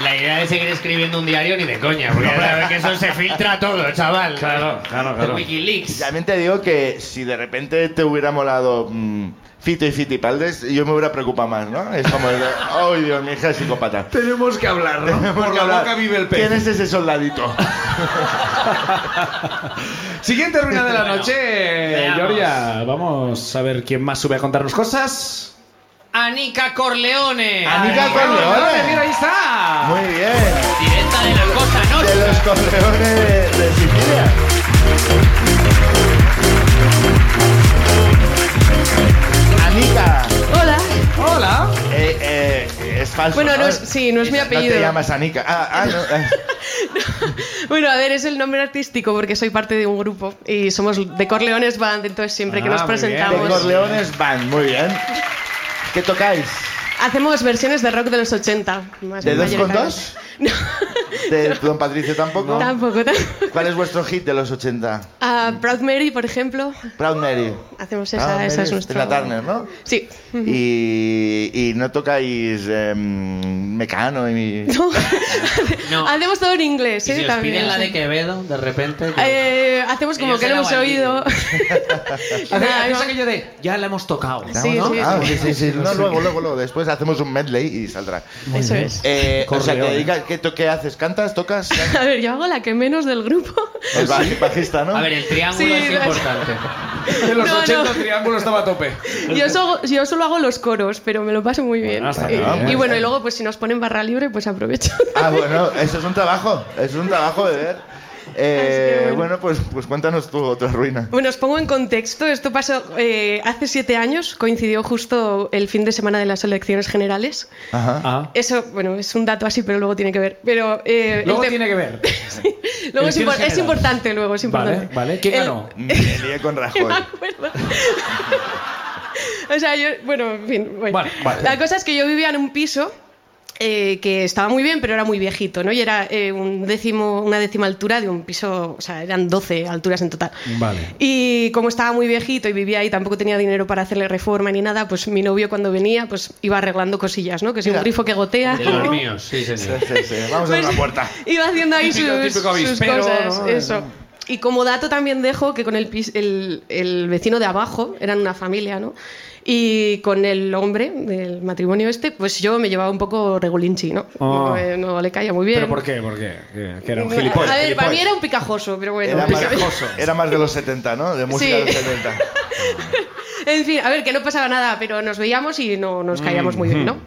C: la idea de seguir escribiendo un diario ni de coña, porque ya sabes que eso se filtra todo, chaval.
B: Claro, claro,
C: De
B: claro.
A: y
C: Wikileaks.
A: también te digo que si de repente te hubiera molado mm, Fito y Fitipaldes, yo me hubiera preocupado más, ¿no? Es como el
B: [LAUGHS]
A: de, oh, Dios, mi hija es psicópata.
B: Tenemos
A: [LAUGHS]
B: que hablar, ¿no?
A: Tenemos
B: Por
A: que
B: la
A: hablar.
B: boca vive el pez.
A: ¿Quién es ese
B: [LAUGHS]
A: soldadito?
B: Siguiente ruina de la
C: Bueno,
B: noche,
C: veamos.
B: Gloria. Vamos a ver quién más sube a contarnos cosas.
C: Anica Corleone.
A: Anica
C: Ay,
A: Corleone.
B: Corleone, Mira, ahí está.
A: Muy bien.
C: Directa de la cosa
A: De
C: noche.
A: los correones de, de Sicilia. Anita,
F: Hola.
B: Hola.
A: eh, eh, es falso.
F: Bueno,
A: ¿no?
F: no es- sí, no es mi
A: No
F: apellido.
A: te llamas Anica. Ah, ah, no, eh.
F: Bueno, a ver, es el nombre artístico porque soy parte de un grupo y somos de Corleones Band, entonces [LAUGHS] siempre que
B: Ah,
F: nos
B: muy bien.
A: De
F: presentamos
A: Corleones Band, muy bien. ¿Qué tocáis?
F: hacemos versiones de rock de los 80. más
A: ¿De
F: bien
A: dos con dos?
F: mayoritariamente. [LAUGHS] No,
A: ¿De Don Patricio tampoco?
F: tampoco. tampoco.
A: ¿Cuál es vuestro hit de los 80?
F: Ah, Proud Mary, por ejemplo,
A: Proud Mary.
F: hacemos
A: Proud
F: esa,
A: Ah, Mary
F: esa es
A: de
F: nuestra.
A: la Turner, ¿no?
F: Sí.
A: Y, y no tocáis em, Mecano y...
F: [LAUGHS] No.
C: No.
F: Hacemos todo en inglés,
C: Y
F: ¿eh?
C: si os
F: también.
C: piden la de Quevedo, de repente. que-
F: Eh, hacemos
C: Que
F: como
C: yo
F: que
C: sea
F: lo hemos
C: la Valdivia.
F: oído. [LAUGHS] Nada,
B: Hacéis
F: no.
B: aquello de ya la hemos tocado.
F: Sí,
A: ¿No?
F: sí,
A: Ah,
F: sí.
A: sí, sí, sí. No, luego, luego, luego. Después hacemos un medley y saldrá.
F: Eso es.
A: Eh, o sea, que
B: Corleone.
A: dedica- ¿qué, to- qué haces? ¿Cantas?
B: [LAUGHS]
A: ¿Tocas?
F: A ver, yo hago la que menos del grupo.
A: El baji- bajista, ¿no?
C: A ver, el triángulo
F: Sí,
C: es
F: la-
C: importante.
B: En los
F: No,
B: 80
F: no.
B: Triángulo estaba a tope.
F: Yo solo, yo solo hago los coros, pero me lo paso muy bien.
B: Bueno, hasta
F: Eh,
B: luego,
F: y,
A: pues.
F: bueno, y luego, pues si nos ponen barra libre, pues aprovecho. [LAUGHS]
A: Ah, bueno, eso es un trabajo. Eso es un trabajo de ver. Eh,
F: Así que bueno.
A: bueno, pues, pues cuéntanos tú otra ruina.
F: Bueno, os pongo en contexto. Esto pasó eh, hace siete años, coincidió justo el fin de semana de las elecciones generales.
A: Ajá.
B: Ah.
F: Eso, bueno, es un dato así, pero luego tiene que ver. Pero, eh, el
B: Luego
F: te-
B: tiene que
F: [LAUGHS]
B: ver.
F: luego es,
B: Elecciones
F: impor- es
B: generales.
F: importante, luego es
B: Vale,
F: importante.
B: vale. ¿Quién
F: El-
B: ganó?
A: Me lié con
F: [LAUGHS]
A: Rajoy.
F: me acuerdo. o sea, yo, bueno, en fin. bueno.
B: Vale, vale.
F: La cosa es que yo vivía en un piso eh, que estaba muy bien, pero era muy viejito, ¿no? Y era eh, un décimo, una décima altura de un piso, o sea, eran 12 alturas en total.
B: Vale.
F: Y como estaba muy viejito y vivía ahí, tampoco tenía dinero para hacerle reforma ni nada, pues mi novio cuando venía, pues iba arreglando cosillas, ¿no? Que si un
A: Mira.
F: grifo que gotea.
C: De
F: [LAUGHS]
C: los míos, sí,
A: Sí,
C: señor.
A: sí, sí. Vamos a ver
F: Pues,
A: la puerta.
F: Iba haciendo ahí
B: Típico-
F: sus,
B: típico
F: sus
B: avispero,
F: cosas,
B: ¿no?
F: eso. Y como dato también dejo que con el, pis- el, el vecino de abajo, eran una familia, ¿no? Y con el hombre del matrimonio este, pues yo me llevaba un poco regulinchi, ¿no?
B: Oh.
F: No, eh, no le caía muy bien.
B: ¿Pero por qué? ¿Por qué? Que- Que era un
F: A
B: gilipollas.
F: ver, para
A: gilipollas.
F: mí era un picajoso, pero bueno.
A: Era más,
B: picajoso.
A: era más de los 70, ¿no? De música
F: Sí.
A: de los 70.
F: [LAUGHS] En fin, a ver, que no pasaba nada, pero nos veíamos y no
B: Mm,
F: nos caíamos muy bien, ¿no?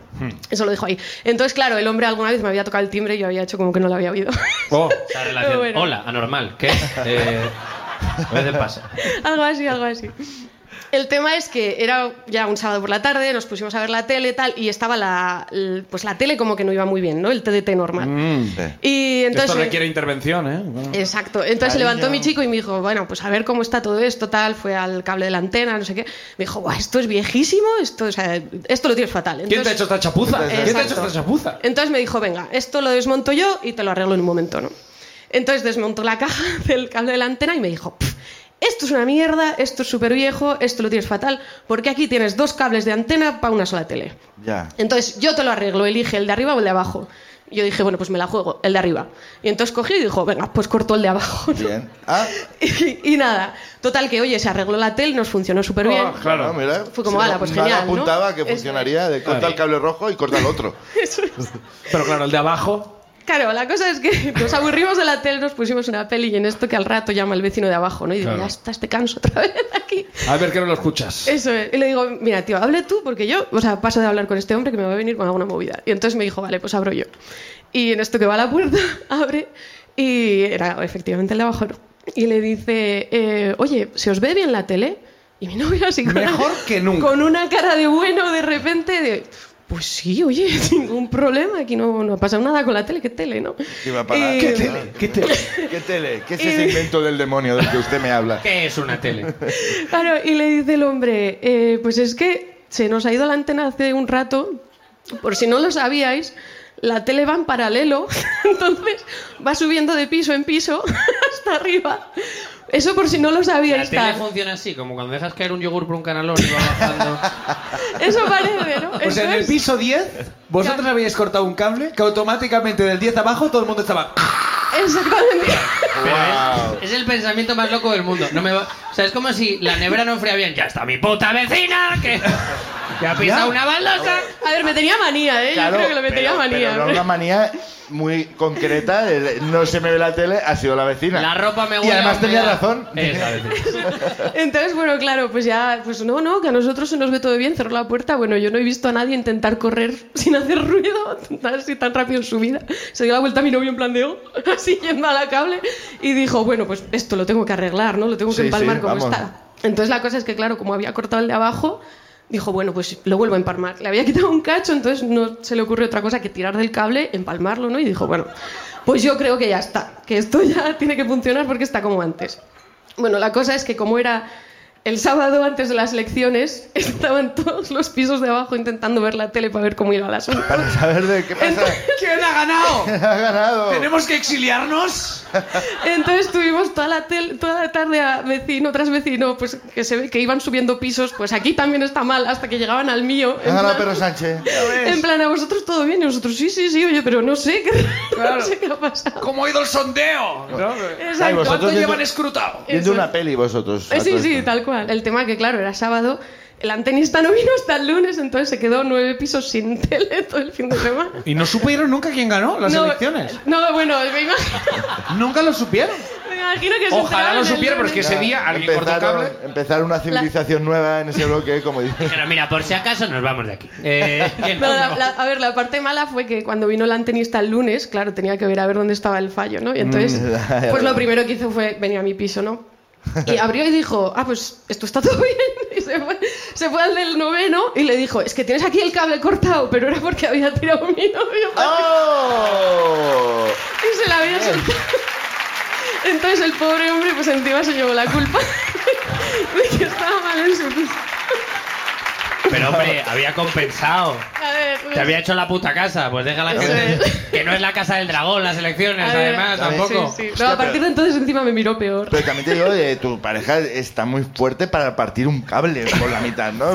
F: Eso lo dijo ahí. Entonces, claro, el hombre alguna vez me había tocado el timbre y yo había hecho como que no lo había oído.
B: Oh,
C: Esa relación.
F: Bueno.
C: Hola, anormal. ¿Qué? Eh, a veces pasa.
F: algo así, algo así. El tema es que era ya un sábado por la tarde, nos pusimos a ver la tele tal, y estaba la, l- pues la tele como que no iba muy bien, ¿no? El TDT normal.
A: Sí.
F: Mm. Y entonces...
B: Mm. esto requiere intervención, ¿eh? Bueno.
F: Exacto. Entonces se levantó mi chico y me dijo, bueno, pues a ver cómo está todo esto, tal, fue al cable de la antena, no sé qué. Me dijo, "Buah, esto es viejísimo, esto, o sea, esto lo tienes fatal.
B: ¿Quién te ha
F: Entonces-
B: hecho esta chapuza?
A: Entonces-
B: ¿Quién te ha hecho
F: Exacto.
B: esta chapuza?
F: Entonces me dijo, venga, esto lo desmonto yo y te lo arreglo en un momento, ¿no? Entonces desmontó la [LAUGHS] caja del cable de la antena y me dijo, "Pf, esto es una mierda, esto es súper viejo, esto lo tienes fatal, porque aquí tienes dos cables de antena para una sola tele.
A: Ya.
F: Entonces yo te lo arreglo, elige el de arriba o el de abajo. Yo dije, bueno, pues me la juego, el de arriba. Y entonces cogió y dijo, venga, pues cortó el de abajo. [LAUGHS] ¿no?
A: Bien. Ah,
F: Y, y nada, total que, oye, se arregló la tele, nos funcionó súper bien.
B: Ah, claro.
A: ah, mira.
F: Fue como, ala, pues
A: Nada
F: genial, ¿no?
A: apuntaba que
F: Eso es.
A: funcionaría de corta
B: Claro.
A: el cable rojo y corta el
F: [LAUGHS]
A: otro.
B: Pero claro, el de abajo.
F: Claro, la cosa es que [LAUGHS] nos aburrimos de la tele, nos pusimos una peli y en esto que al rato llama el vecino de abajo, ¿no? Y digo,
B: Claro.
F: ya estás, te canso
B: [LAUGHS]
F: otra vez aquí.
B: A ver que no lo escuchas.
F: Eso es. Y le digo, mira, tío, hable tú, porque yo, o sea, paso de hablar con este hombre que me va a venir con alguna movida. Y entonces me dijo, vale, pues abro yo. Y en esto que va a la puerta, [LAUGHS] abre, y era efectivamente el de abajo, ¿no? Y le dice, eh, oye, ¿se os ve bien la tele? Y mi novia así con,
B: Mejor que nunca.
F: con una cara de bueno de repente de... Pues sí, oye, [LAUGHS] sin ningún problema, aquí no, no ha pasado nada con la tele, qué tele, ¿no?
A: Que iba para-
F: Eh,
A: ¿Qué tele? ¿Qué tele? ¿Qué tele? ¿Qué es ese
F: Eh.
A: invento del demonio del que usted me habla?
C: ¿Qué es una
F: [LAUGHS]
C: tele?
F: Claro, y le dice el hombre, eh, pues es que se nos ha ido la antena hace un rato, por si no lo sabíais, la tele va en paralelo, [LAUGHS] entonces va subiendo de piso en piso [LAUGHS] hasta arriba. Eso por si no lo
C: La
F: sabíais.
C: tele
F: tal.
C: funciona así, como cuando dejas caer un yogur por un canalón y va bajando.
F: [LAUGHS] Eso
C: [LAUGHS]
F: parece, ¿no?
B: O sea, Pues en el
F: Entonces-
B: piso 10, vosotros habíais cortado un cable que automáticamente del 10 abajo todo el mundo estaba.
F: Exactamente.
A: ¡Wow!
C: Es el pensamiento más loco del mundo. No me va- O sea, es como si la nevera no enfría bien. ¡Ya está mi puta vecina! Que, que ha pisado una baldosa.
F: A ver, me tenía manía, ¿eh? Yo creo que le tenía
A: pero,
F: manía.
A: pero no una manía muy concreta. de- no se me ve la tele, ha sido la vecina.
C: La ropa me
A: Y
C: huele. a
A: además tenía
C: humedad.
A: razón.
C: Esa vecina.
A: [LAUGHS]
F: Entonces, bueno, claro, pues ya, pues no, no, que a nosotros se nos ve todo bien, cerró la puerta. Bueno, yo no he visto a nadie intentar correr [LAUGHS] sin hacer ruido, tan- así tan rápido en su vida. Se dio la vuelta a mi novio en plan de, "Oh", [LAUGHS] así yendo a la cable, y dijo, bueno, pues esto lo tengo que arreglar, ¿no? Lo tengo que
A: Sí, sí,
F: empalmar como
A: vamos.
F: está. Entonces la cosa es que, claro, como había cortado el de abajo, dijo, bueno, pues lo vuelvo a empalmar. Le había quitado un cacho, entonces no se le ocurre otra cosa que tirar del cable, empalmarlo, ¿no? Y dijo, bueno, pues yo creo que ya está, que esto ya [LAUGHS] tiene que funcionar porque está como antes. Bueno, la cosa es que como era el sábado antes de las elecciones, [LAUGHS] estaban todos los pisos de abajo intentando ver la tele para ver cómo iba la asunto.
A: Para saber de qué pasa.
B: [LAUGHS] ¿Quién [LAUGHS] ha ganado?
A: Ha ganado.
B: ¿Tenemos que exiliarnos?
F: Entonces tuvimos toda la, tel- toda la tarde a vecino tras vecino, pues que se ve que iban subiendo pisos, pues aquí también está mal, hasta que llegaban al mío.
A: Ha
F: en
A: ganado
F: plan-
A: Pedro Sánchez.
F: En plan, a vosotros todo bien, y nosotros sí, sí, sí, oye, pero no sé qué, [LAUGHS]
B: Claro.
F: no sé qué ha pasado.
B: ¿Cómo ha ido el sondeo? ¿No?
A: Ay,
F: Exacto.
A: vosotros
B: ¿Cuánto
A: viendo-
B: llevan escrutado?
A: Viendo
F: Eso.
A: una peli vosotros. a
F: Eh, Sí,
A: todo
F: sí,
A: esto.
F: tal cual. El tema que, claro, era sábado, el antenista no vino hasta el lunes, entonces se quedó nueve pisos sin [LAUGHS] tele todo el fin de semana.
B: Y no supieron nunca quién ganó las
F: no,
B: elecciones.
F: No, bueno, me imagino,
B: Nunca lo supieron.
F: me imagino que se
B: Ojalá
F: enteraron
B: lo
F: el
B: supiera, pero es que
F: lunes.
B: ese día alguien cortó
A: empezaron,
B: cable.
A: empezaron una civilización nueva en ese bloque, como
F: [LAUGHS]
A: dice.
C: Pero mira, por si acaso nos vamos de aquí. [LAUGHS] Eh, bien,
F: No, la-
C: no.
F: la- a ver, la parte mala fue que cuando vino la antenista el lunes, claro, tenía que ver a ver dónde estaba el fallo, ¿no? Y entonces,
A: Mm, ya, ya,
F: pues
A: ya.
F: lo primero que hizo fue venir a mi piso, ¿no? Y abrió y dijo, ah, pues esto está [LAUGHS] todo bien. Y se fue, se fue al del noveno y le dijo, es que tienes aquí el cable cortado, pero era porque había tirado mi novio.
A: ¡Oh!
F: [LAUGHS] Y se la había soltado. Entonces el pobre hombre, pues encima se llevó la culpa [LAUGHS] de que estaba mal en su piso.
C: Pero hombre, había compensado.
F: A ver,
C: Te había hecho la puta casa, pues déjala
F: Eso
C: que,
F: es.
C: que no es la casa del dragón las elecciones,
F: A ver,
C: además,
A: a ver,
C: tampoco.
F: Sí, sí. No,
A: Hostia,
F: a partir
A: pero-
F: de entonces encima me miró peor.
A: Pero también te digo, eh, tu pareja está muy fuerte para partir un cable por la mitad, ¿no?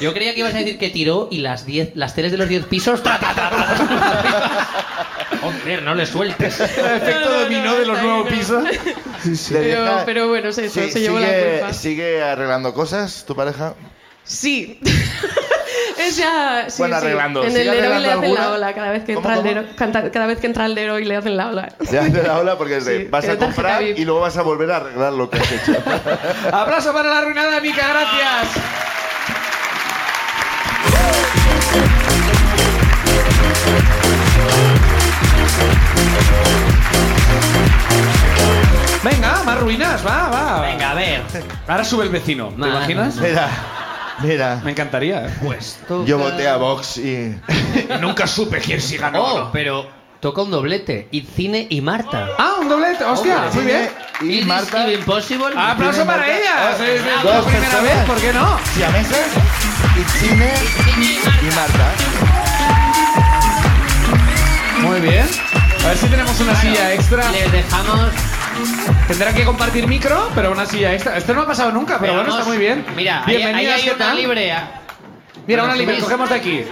C: Yo creía que ibas a decir que tiró y las 10 las teles de los 10 pisos. ta, ta, ta,
F: [LAUGHS]
C: ta. Joder, no le sueltes.
B: El efecto
F: No, no,
B: dominó
F: no,
B: de los
F: está
B: nuevos
F: bien,
B: pisos.
A: Le
F: Pero-
A: deja-
F: pero bueno, se- se- se llevó la
A: sigue-
F: culpa.
A: ¿Sigue arreglando cosas tu pareja?
F: Sí. [LAUGHS] es ya. Sí,
A: Bueno,
F: sí.
A: arreglando.
F: En
A: ¿Sigue
F: el Leroy le
A: arreglando
F: hacen la
A: alguna?
F: ola. Cada vez que
A: ¿Cómo,
F: entra el
A: cómo?
F: Leroy, canta- cada vez que entra el Leroy le hacen la ola.
A: Ya hace la ola porque es de,
F: Sí,
A: vas a
F: pero tarjeta
A: comprar
F: VIP.
A: y luego vas a volver a arreglar lo que has hecho.
B: [LAUGHS]
F: [LAUGHS]
B: Abrazo para la arruinada, Mica, gracias. Venga, más ruinas, va, va.
C: Venga, a ver.
B: Ahora sube el vecino, ¿te
C: No,
B: imaginas?
A: Mira, mira.
B: Me encantaría.
C: Pues
A: Yo voté a Vox y...
B: [LAUGHS] Nunca supe quién sí
F: Ah,
B: ganó.
C: Oh, pero toca un doblete. Y cine y Marta.
B: Ah, un doblete, hostia,
C: Hombre.
B: muy bien.
A: Y
C: Iris
A: Marta...
C: y Impossible.
B: Aplauso para
A: Marta.
B: ella. Sí, sí,
A: Dos
B: por primera
A: personas.
B: vez, ¿por qué no?
A: siamesas y Chine y Marta.
B: Muy bien. A ver si tenemos una silla extra.
C: Les dejamos.
B: Tendrá que compartir micro, pero una silla extra. Esto no ha pasado nunca, pero, bueno,
C: vamos,
B: está muy bien.
C: Mira, ahí- ahí,
B: Bienvenidas,
C: hay
B: ¿qué
C: una
B: tal?
C: libre.
B: Mira, una
C: Bueno,
B: libre,
C: subís.
B: cogemos de aquí.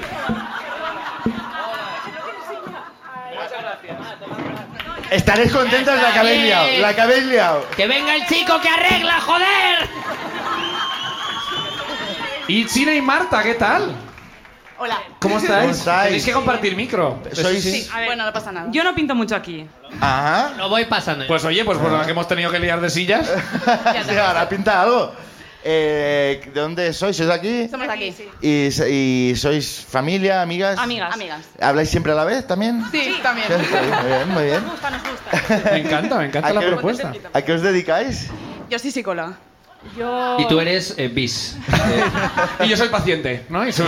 A: Estaréis contentas la que habéis liado, la que habéis liado.
C: ¡Que venga el chico que arregla, joder!
B: Y China y Marta, ¿qué tal?
D: Hola.
B: ¿Cómo estáis?
A: ¿Cómo estáis?
B: Tenéis que compartir micro.
A: Sois-
D: A ver, bueno, no pasa nada.
E: Yo no pinto mucho aquí.
A: Ajá.
C: Lo voy pasando.
B: Pues oye, pues por la que hemos tenido que liar
A: [LAUGHS]
B: de sillas.
A: Sí, ahora pinta algo. Eh, ¿De dónde sois? ¿Sois de aquí?
D: Estamos aquí.
A: ¿Y, so- y sois familia, amigas?
E: Amigas.
D: Amigas.
A: ¿Habláis siempre a la vez también? [LAUGHS]
D: Sí, también.
A: Muy bien, muy bien.
B: Me encanta, me encanta
A: ¿A
B: la
A: qué-
B: propuesta.
A: ¿A qué os dedicáis?
D: Yo soy psicóloga.
E: Yo...
C: Y tú eres eh, bis.
B: [LAUGHS] Y yo soy paciente, ¿no? Y su-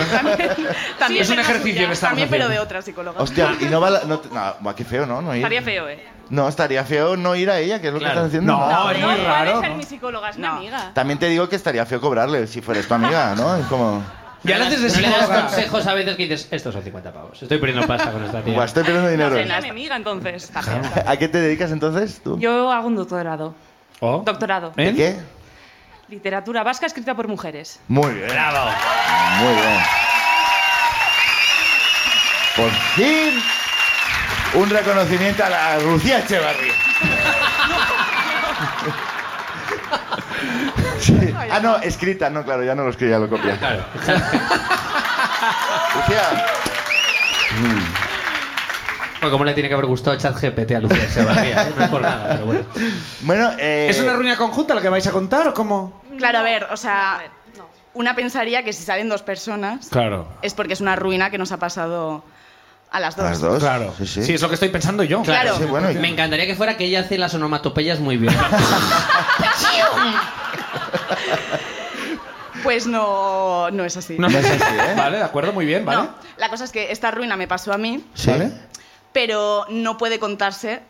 D: También
B: es un
D: tengo
B: ejercicio
D: suya,
B: que estamos
D: También, pero de
B: haciendo.
D: otra psicóloga.
A: Hostia, y no va la- no, te- no, buah, qué feo, ¿no? No ir.
G: Estaría feo, ¿eh?
A: No, estaría feo no ir a ella, que es lo
C: Claro.
A: que están haciendo.
B: No, es
G: No,
B: muy
G: puede
B: raro.
G: ser
B: ¿no?
G: mi psicóloga, es una
D: No.
G: amiga.
A: También te digo que estaría feo cobrarle si fueras tu amiga, ¿no? Es como...
B: Ya le
C: No
B: haces de
C: no le das
B: psicóloga.
C: consejos a veces que dices, estos son 50 pavos. Estoy perdiendo pasta con esta tía.
A: Buah, estoy perdiendo dinero.
G: Sería mi amiga, entonces.
A: ¿A qué te dedicas entonces tú?
G: Yo hago un doctorado.
B: Oh.
G: Doctorado.
B: ¿Eh?
A: ¿De qué?
G: Literatura vasca escrita por mujeres.
A: Muy bien.
C: Bravo.
A: Muy bien. Por fin, un reconocimiento a la Lucía Echevarría. [LAUGHS] Sí. Ah, no, escrita, no, claro, ya no lo escribía, lo copia.
C: Claro.
A: Lucía, Mm.
C: Pues como le tiene que haber gustado ChatGPT a Lucía Echevarría, ¿eh? No es por nada, pero bueno.
A: bueno, eh,
B: ¿Es una ruina conjunta la que vais a contar o cómo?
D: Claro, a ver, o sea, una pensaría que si salen dos personas
B: Claro.
D: es porque es una ruina que nos ha pasado a las dos.
A: las dos.
B: Claro.
A: Sí, sí.
B: es lo que estoy pensando yo.
D: Claro.
A: Sí, bueno, y-
C: Me encantaría que fuera que ella hace las onomatopeyas
A: [LAUGHS]
C: muy bien.
D: [LAUGHS] Pues no, no es así.
B: No
A: No
B: sé
D: [LAUGHS]
A: es así, ¿eh?
B: [LAUGHS] Vale, de acuerdo, muy bien, ¿vale?
D: No, la cosa es que esta ruina me pasó a mí,
A: Sí.
D: pero no puede contarse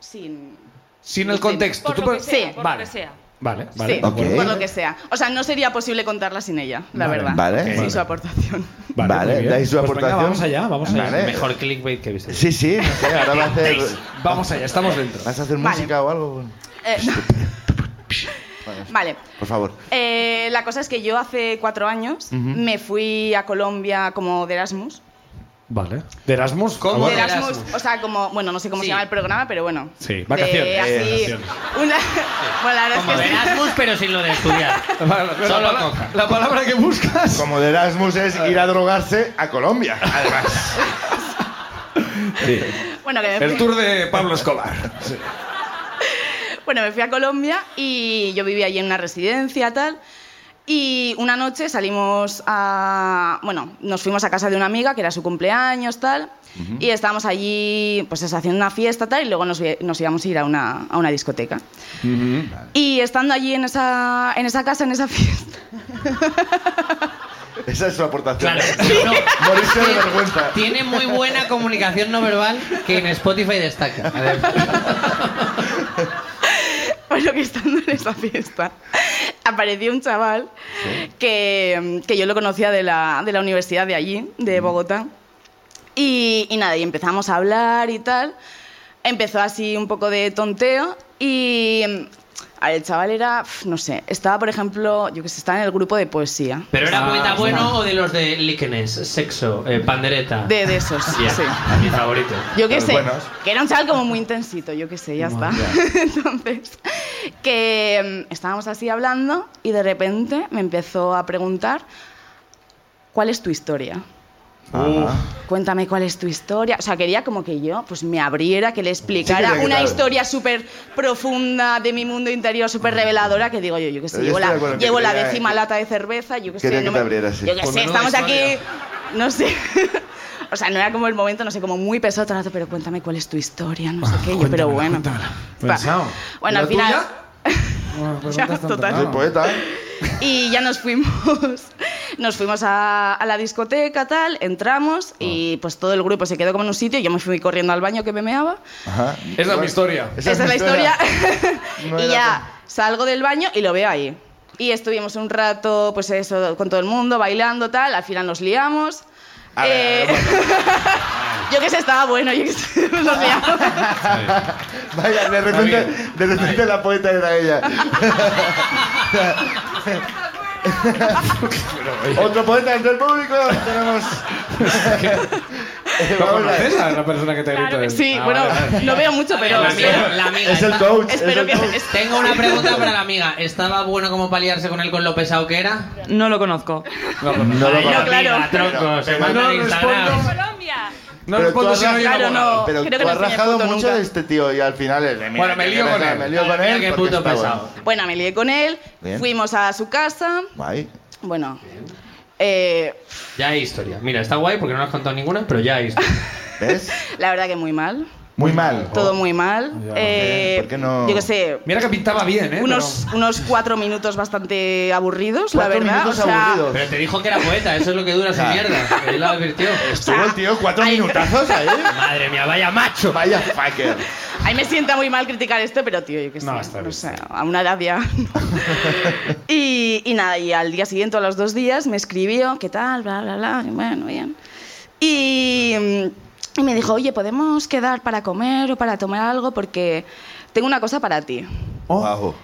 D: sin...
B: Sin el contexto.
G: Por
B: tú
G: lo que
B: puedes-
G: sea,
D: Sí.
G: por
B: Vale.
G: lo que sea.
B: Vale, vale.
D: sí,
B: de acuerdo.
A: Ok.
D: por lo que sea. O sea, no sería posible contarla sin ella, la
B: Vale,
D: verdad.
A: vale.
D: Sí,
B: Vale.
D: su aportación.
A: Vale,
B: muy bien.
A: dais su
B: Pues venga,
A: aportación.
B: vamos allá, vamos allá.
A: Vale.
C: Mejor clickbait que he visto.
A: Sí, sí, no sé, ahora va a hacer,
B: Vamos
A: [LAUGHS]
B: allá, estamos dentro.
A: vas a hacer
D: Vale.
A: música o algo.
D: Eh,
A: [LAUGHS]
D: no. [LAUGHS] Vale.
A: Por favor.
D: Eh, la cosa es que yo hace cuatro años
A: Ujú.
D: me fui a Colombia como de Erasmus.
B: Vale. ¿De Erasmus?
C: ¿Cómo?
B: Ah,
D: de
C: de
B: bueno.
D: Erasmus,
C: Erasmus.
D: o sea, como, bueno, no sé cómo
C: Sí.
D: se llama el programa, pero bueno.
B: Sí,
D: De
B: vacaciones.
D: así,
A: Eh,
D: una,
H: [LAUGHS]
D: bueno, la verdad
C: Como
D: es que
C: de
D: sí.
C: Erasmus, pero sin lo de estudiar.
B: [LAUGHS] Vale, la,
C: Solo
B: pala-
C: coca.
B: la palabra que buscas.
A: Como de Erasmus es ir a drogarse a Colombia, además.
D: Bueno, que me
B: El
D: fui,
B: tour de Pablo Escobar.
H: Bueno, me fui a Colombia y yo vivía allí en una residencia, tal. Y una noche salimos a. Bueno, nos fuimos a casa de una amiga que era su cumpleaños, tal. Y estábamos allí, pues eso, haciendo una fiesta, tal. Y luego nos, vi- nos íbamos a ir a una, a una discoteca. Y estando allí en esa, en esa casa, en esa [LAUGHS] fiesta.
A: Esa es su aportación. [LAUGHS]
B: Claro, no.
A: Morirse de vergüenza.
B: Tiene muy buena comunicación no verbal que en Spotify destaca. A ver,
H: Bueno, que estando en esa fiesta, [LAUGHS] apareció un chaval que, que yo lo conocía de la, de la universidad de allí, de Bogotá. Y, y nada, y empezamos a hablar y tal. Empezó así un poco de tonteo y... a ver, el chaval era, pf, no sé, estaba, por ejemplo, yo que sé, estaba en el grupo de poesía.
B: Pero era
E: Ah,
B: poeta
E: sí.
B: bueno o de los de líquenes, sexo, eh, pandereta.
H: De, de esos,
B: Ya,
H: sí.
B: Mi favorito.
H: Yo qué
A: Los
C: pues
H: sé,
A: buenos.
H: que era un chaval como muy intensito, yo qué sé, ya está. [LAUGHS] Entonces, que mm, estábamos así hablando y de repente me empezó a preguntar, ¿cuál es tu historia?
A: Ajá.
H: Cuéntame cuál es tu historia. O sea, quería como que yo pues me abriera, que le explicara
A: quería que
H: una
A: tal.
H: historia súper profunda de mi mundo interior, súper reveladora, que digo yo, yo qué sé,
A: Yo
H: llevo
A: estoy de
H: la,
A: acuerdo que
H: llevo la
A: quería-
H: décima lata de cerveza, yo qué sé.
A: Quería que
H: me-
A: te abrieras, sí.
H: Yo qué
E: Pues
H: sé,
E: menuda
H: estamos
E: historia.
H: aquí, [LAUGHS] no sé. O sea, no era como el momento, no sé, como muy pesado todo el rato, pero cuéntame cuál es tu historia,
E: Ah,
H: no sé qué, yo, pero bueno. Va.
E: Pensado.
H: Bueno, al
E: ¿Y la
H: final...
E: [LAUGHS] tuya?
H: Ya, total.
A: Soy poeta.
H: [LAUGHS] Y ya nos fuimos, [LAUGHS] nos fuimos a, a la discoteca, tal, entramos
E: Ah.
H: y pues todo el grupo se quedó como en un sitio. Yo me fui corriendo al baño que me meaba.
A: Ajá.
E: Esa es mi historia.
H: Esa, es la historia.
A: No
H: y
A: era
H: ya salgo del baño y lo veo ahí. Y estuvimos un rato, pues eso, con todo el mundo, bailando, tal. Al final nos liamos. Eh,
A: A ver,
H: [LAUGHS] yo que sé, estaba bueno, yo que sé, [LAUGHS] nos liamos.
A: Vaya, de repente, de repente la poeta era ella.
B: [LAUGHS]
A: Otro poeta entre el público. Tenemos. Eh,
B: [LAUGHS]
E: ¿Lo
A: vamos a ver.
E: conoces a la persona que te gritó?
C: Claro que
H: Sí, bueno, no veo mucho, pero
B: Ah, la
H: espero,
B: amiga, la amiga,
A: Es el
B: está-
A: coach. es
H: espero
A: el
H: que...
A: coach.
H: [LAUGHS] es-
B: Tengo una pregunta para la amiga. ¿Estaba bueno como paliarse con él con lo pesado que era?
C: No lo conozco.
A: No lo
B: Ay,
A: conoce.
B: amiga,
H: claro.
B: tronco, se manda en
E: no
B: Instagram.
E: respondo.
C: Colombia.
E: No
A: Pero
E: respondo
A: tú
E: si no
A: has-
E: hay una
H: claro,
E: boda.
A: Pero
H: no. Creo que
A: tú
H: no
A: has
H: enseñé
A: rajado
H: foto
A: mucho
H: nunca.
A: de este tío y al final es de mira,
E: Bueno, me
A: que
E: lío
A: me
E: con
A: da-
E: él.
A: Me lío con él.
B: Mira qué
A: porque
B: puto
A: está
B: pesado.
A: bueno.
H: Bueno, me lié con él,
A: Bien.
H: fuimos a su casa.
A: Guay.
H: Bueno, eh,
B: Ya hay historia. Mira, está guay porque no nos has contado ninguna, pero ya hay historia.
A: [LAUGHS] ¿Ves?
H: la verdad que muy mal.
A: Muy mal.
H: [LAUGHS] Todo muy mal. Eh,
A: ¿Por qué no?
H: Yo qué sé.
E: Mira que pintaba bien, ¿eh?
H: Unos, unos cuatro minutos bastante aburridos, la
A: Cuatro
H: verdad.
A: minutos
H: o sea,
A: aburridos.
B: Pero te dijo que era poeta, eso es lo que dura su
A: Claro.
B: mierda. Él la advirtió.
A: [LAUGHS] Estuvo el tío cuatro minutazos
H: [LAUGHS]
A: ahí.
B: Madre mía, vaya macho.
A: Vaya fucker.
H: Ahí me sienta muy mal criticar esto, pero tío, yo qué sé.
E: No, está bien,
H: o sea, a una edad
A: [LAUGHS]
H: ya. y, y nada, y al día siguiente, o a los dos días, me escribió, ¿qué tal? Bla, bla, bla. y Bueno, bien. Y, mm, y me dijo, oye, ¿podemos quedar para comer o para tomar algo? Porque tengo una cosa para ti.
B: Oh.
A: Guau.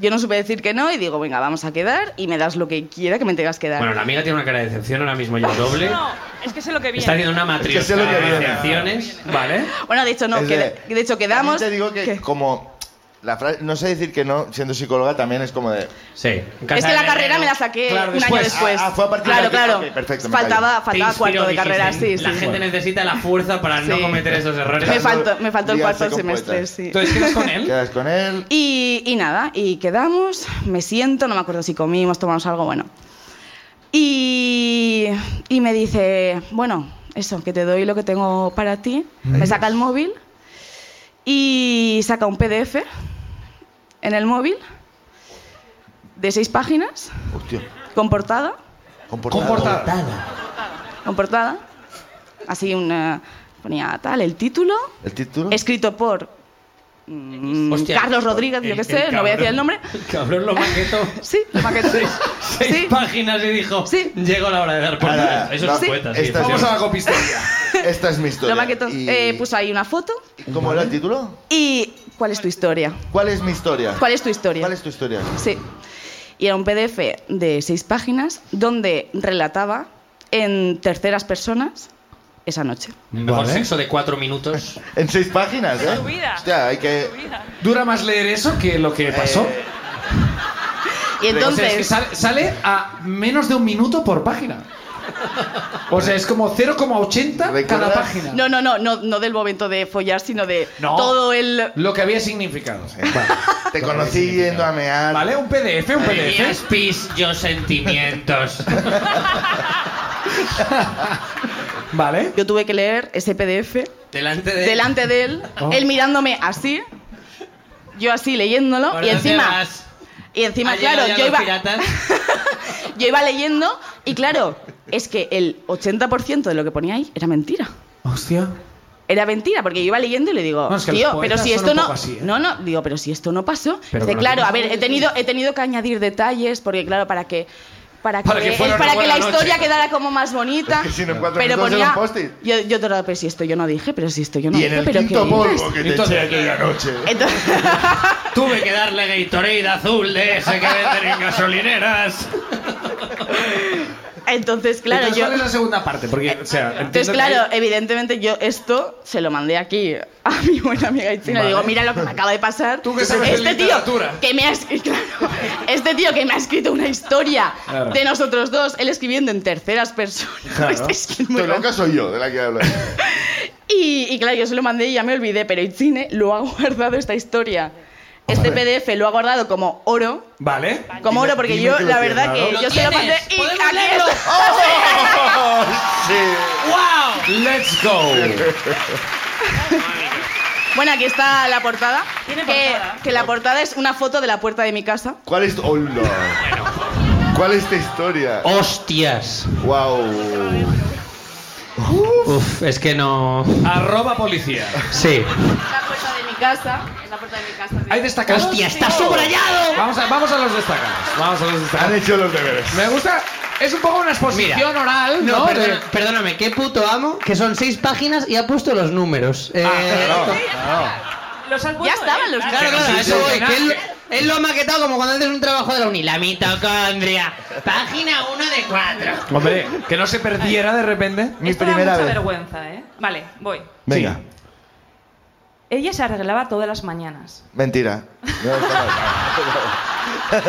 H: Yo no supe decir que no y digo, venga, vamos a quedar y me das lo que quiera que me tengas que dar.
B: Bueno, la amiga tiene una cara de decepción ahora mismo ya doble.
C: No, es que sé lo que viene.
B: Está haciendo una matriz
A: Es que sé lo que
B: de
A: viene.
B: decepciones. Vale.
H: Bueno, de hecho, no,
A: Es
H: que-
A: de-
H: de hecho quedamos.
A: También te digo que
H: ¿Qué?
A: como la frase, no sé decir que no, siendo psicóloga también es como de
B: Sí.
H: Es que la carrera me la saqué
E: Claro,
H: un año
E: después.
H: después.
A: Ah, ah, fue a partir de
H: claro,
A: aquí.
H: claro.
A: Ok, perfecto, me
H: faltaba
A: callo.
H: faltaba
B: Te
H: cuarto de
B: inspiró,
H: carrera, sí,
B: dijiste,
H: sí.
B: La gente necesita la fuerza para no
H: Sí.
B: cometer esos errores.
H: Me faltó, me faltó el
A: Liarse
H: cuarto
A: con
H: semestre,
A: poetas.
H: sí.
E: Entonces quedas con él.
A: quedas con él.
H: Y, y nada, y quedamos, me siento, no me acuerdo si comimos, tomamos algo, bueno. Y, y me dice, bueno, eso, que te doy lo que tengo para ti. Me saca el móvil y saca un PDF en el móvil de seis páginas,
A: Hostia.
H: con portada,
A: Comportado.
H: con portada. Así una, ponía tal, el título,
A: El título.
H: escrito por mm,
B: Hostia.
H: Carlos Rodríguez, yo qué
B: El-
H: sé,
B: el
H: no voy a decir
B: cabrón.
H: el nombre.
B: Cabrón, lo
H: [LAUGHS]
B: maquetó.
H: Sí, maquetó.
B: Seis
H: Sí.
B: páginas y dijo:
H: Sí.
B: Llegó la hora de dar por
A: Ahora,
B: Eso
A: no,
B: es poeta. sí,
A: esta-
E: Vamos
B: efectivamente.
E: a la copistería.
A: Esta es mi historia.
H: Lo maquetó.
A: Y-
H: Eh, puso ahí una foto.
A: ¿y ¿Cómo era el título?
H: ¿Y cuál es tu historia?
A: ¿Cuál es mi historia?
H: ¿Cuál es tu historia?
A: ¿Cuál es tu historia?
H: Sí. Y era un PDF de seis páginas donde relataba en terceras personas esa noche.
B: Mejor
E: Vale.
B: sexo de cuatro minutos.
A: [LAUGHS] En seis páginas, ¿eh?
C: Tu vida.
A: Hostia, hay que.
C: Tu vida.
E: Dura más leer eso que lo que pasó.
A: Eh,
H: Y
E: O sea, es que
H: entonces,
E: sale, sale a menos de un minuto por página.
B: O sea, es como 0,80 cada
A: ¿Recuerdas?
B: página.
H: No, no, no, no, no del momento de follar, sino de
B: No. [LAUGHS]
H: todo el...
B: Lo que había significado. [LAUGHS]
A: Te conocí yendo a mear.
B: ¿Vale? Un PDF, un
C: Tenías
B: PDF.
C: pis, yo sentimientos.
A: [LAUGHS]
B: ¿Vale?
H: Yo tuve que leer ese PDF
C: Delante de...
H: delante de él,
B: Oh.
H: él mirándome así, yo así leyéndolo
C: ¿Por
H: y
C: dónde
H: encima...
C: vas?
H: Y encima,
C: ¿Han llegado
H: claro,
C: ya
H: yo
C: los
H: iba,
C: piratas?
H: [LAUGHS] yo iba leyendo y claro, es que el 80% de lo que ponía ahí era mentira.
B: Hostia.
H: Era mentira, porque yo iba leyendo y le digo,
B: No, es que los
H: tío,
B: poetas
H: pero si
B: son
H: esto
B: un
H: no.
B: poco así, ¿eh?
H: No, no, digo, pero si esto no pasó.
B: Pero con
H: Dice,
B: lo
H: claro,
B: que
H: a ver, he tenido, he tenido que añadir detalles, porque claro, para que. Para que,
B: Para que fuera
H: es
B: una
H: para que
B: buena
H: la historia
B: noche.
H: quedara como más bonita.
A: Es que si no, en cuatro
H: Ah, pero
A: minutos era
H: ponía.
A: un post-it.
H: Yo, yo todo el rato, pero si esto yo no dije, pero si esto yo no
A: Y en
H: dije,
A: el
H: pero
A: quinto
H: ¿qué
A: polvo
H: dices?
A: que te
B: Entonces-
A: eché aquella noche.
H: Entonces-
C: [LAUGHS] Tuve que darle Gatorade azul de ese que venden en gasolineras.
H: entonces, claro,
B: Entonces,
H: yo.
B: ¿Cuál es la segunda parte? Porque, o sea, entiendo
H: Entonces,
B: que-
H: claro, evidentemente yo esto se lo mandé aquí a [LAUGHS] mi buena amiga Itzina.
B: Vale.
H: Digo, mira lo que me acaba de pasar.
B: Tú que sabes de
H: este tío
B: literatura.
H: que me ha escri- [LAUGHS] claro, este tío que me ha escrito una historia
B: Claro.
H: de nosotros dos, él escribiendo en terceras personas.
B: [LAUGHS] Claro.
H: Este Es que es muy
A: Estoy
H: raro.
A: loca soy yo, de la que hablo.
H: Y, y claro, yo se lo mandé y ya me olvidé, pero Itzine lo ha guardado esta historia. Este PDF lo ha guardado como oro.
B: Vale.
H: Como oro, porque
A: dime
H: yo,
A: que lo
H: la
A: tienes,
H: verdad, que
A: ¿no?
C: ¿Lo
H: yo se
B: [LAUGHS]
H: lo mandé
C: tienes?
H: y aquí
C: ¿Podemos leerlo?
H: está.
C: Oh,
H: [LAUGHS]
A: sí.
C: ¡Wow!
B: Let's go.
H: Bueno, aquí está la portada.
G: Tiene
H: que,
G: portada.
H: que la portada es una foto de la puerta de mi casa.
A: [LAUGHS] ¿Cuál es tu... hola? ¿Cuál es tu historia?
C: ¡Hostias!
A: Wow.
C: Uf, es que no...
B: Arroba policía.
C: Sí.
H: La puerta de mi casa. Es la puerta de mi casa.
B: Hay destacados.
C: ¡Hostia, está subrayado! [LAUGHS]
B: Vamos a, vamos a los destacados. Vamos a los
A: Han
B: destacados.
A: hecho los deberes.
B: Me gusta. Es un poco una exposición
C: Mira.
B: oral, ¿no?
C: No,
B: De-
C: perdona- perdóname, qué puto amo, que son seis páginas y ha puesto los números. Eh,
A: claro.
G: Los has
H: Ya
G: puesto,
H: estaban
G: ¿eh?
H: los
C: Claro,
H: números.
C: claro, a eso
B: sí,
C: voy.
B: sí.
C: que él, él lo ha maquetado como cuando haces un trabajo de la uni. La mitocondria. Página 1 de 4.
B: Hombre, que no se perdiera de repente.
A: Mi
G: Esto da
A: primera
G: mucha
A: vez.
G: vergüenza, ¿eh? Vale, voy.
A: Venga.
G: Ella se arreglaba todas las mañanas.
A: Mentira. No, está mal.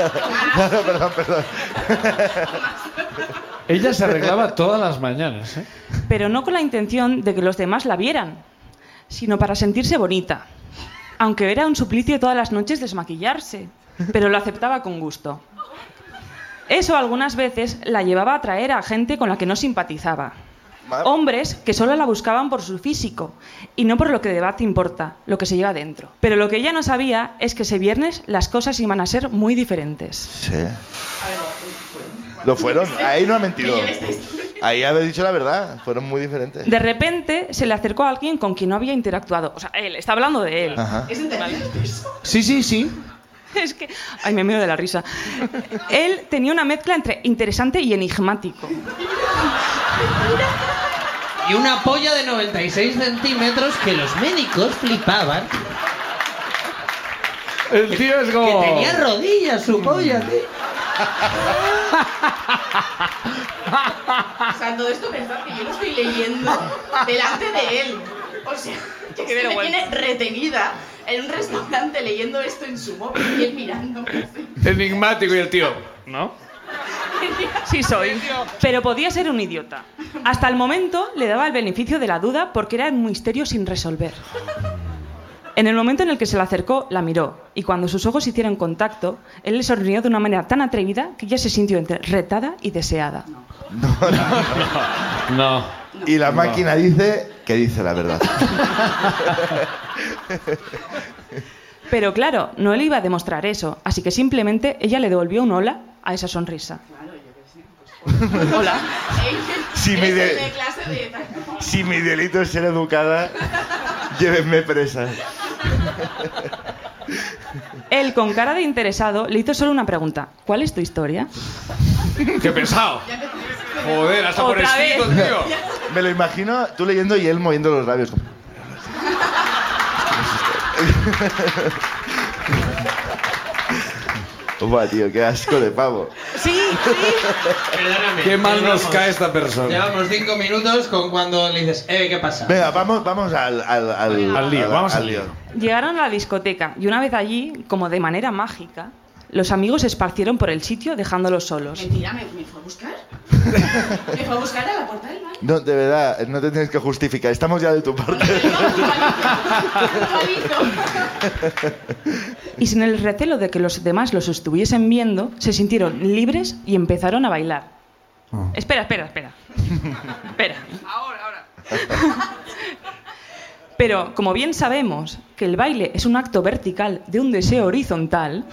A: No, perdón, perdón.
B: Ella se arreglaba todas las mañanas, ¿eh?
G: Pero no con la intención de que los demás la vieran, sino para sentirse bonita. Aunque era un suplicio todas las noches desmaquillarse, pero lo aceptaba con gusto. Eso algunas veces la llevaba a traer a gente con la que no simpatizaba.
A: Ma-
G: Hombres que solo la buscaban por su físico y no por lo que de verdad importa, lo que se lleva dentro. Pero lo que ella no sabía es que ese viernes las cosas iban a ser muy diferentes.
A: Sí. Lo fueron. Ahí no ha mentido. Ahí habéis dicho la verdad. Fueron muy diferentes.
G: De repente se le acercó a alguien con quien no había interactuado. O sea, él, está hablando de él.
A: Ajá.
B: Sí, sí, sí.
G: Es que, ay, me miro de la risa. Él tenía una mezcla entre interesante y enigmático.
C: Y una polla de 96 centímetros que los médicos flipaban.
B: El tío es
C: Que
B: como.
C: tenía rodillas su polla, tío.
H: O sea, todo esto pensad que yo lo estoy leyendo delante de él. O sea, que se me tiene retenida en un restaurante leyendo esto en su móvil y él mirando.
C: [LAUGHS]
B: Enigmático y el tío. ¿No?
G: Sí soy. Pero podía ser un idiota. Hasta el momento le daba el beneficio de la duda porque era un misterio sin resolver. En el momento en el que se le acercó, la miró y cuando sus ojos hicieron contacto, él le sonrió de una manera tan atrevida que ella se sintió entre retada y deseada.
B: No.
A: Y la máquina dice que dice la verdad.
G: Pero claro, no le iba a demostrar eso, así que simplemente ella le devolvió un hola a esa sonrisa.
A: Si mi, de-
H: clase de...
A: si mi delito es ser educada, llévenme presa.
G: Él, con cara de interesado, le hizo solo una pregunta. ¿Cuál es tu historia?
B: Qué pesado. Joder, hasta por
G: Otra
B: escrito, tío.
A: Me lo imagino tú leyendo y él moviendo los labios. como- Buah, tío, qué asco de pavo.
C: Perdóname.
B: Qué mal nos
C: Llevamos-
B: cae esta persona.
C: Llevamos cinco minutos con cuando le dices, eh, ¿qué pasa?
A: Venga, vamos, vamos al, al, al,
B: Al lío, vamos al lío.
G: Llegaron a la discoteca y una vez allí, como de manera mágica, Los amigos se esparcieron por el sitio dejándolos solos.
F: Mentira, ¿me, me fue a buscar? ¿Me fue a buscar a la puerta del baño?
A: No, de verdad, no te tienes que justificar. Estamos ya de tu parte.
G: Y sin el recelo de que los demás los estuviesen viendo, se sintieron libres y empezaron a bailar. Espera, espera, espera.
C: [LAUGHS]
G: espera. Pero, como bien sabemos que el baile es un acto vertical de un deseo horizontal,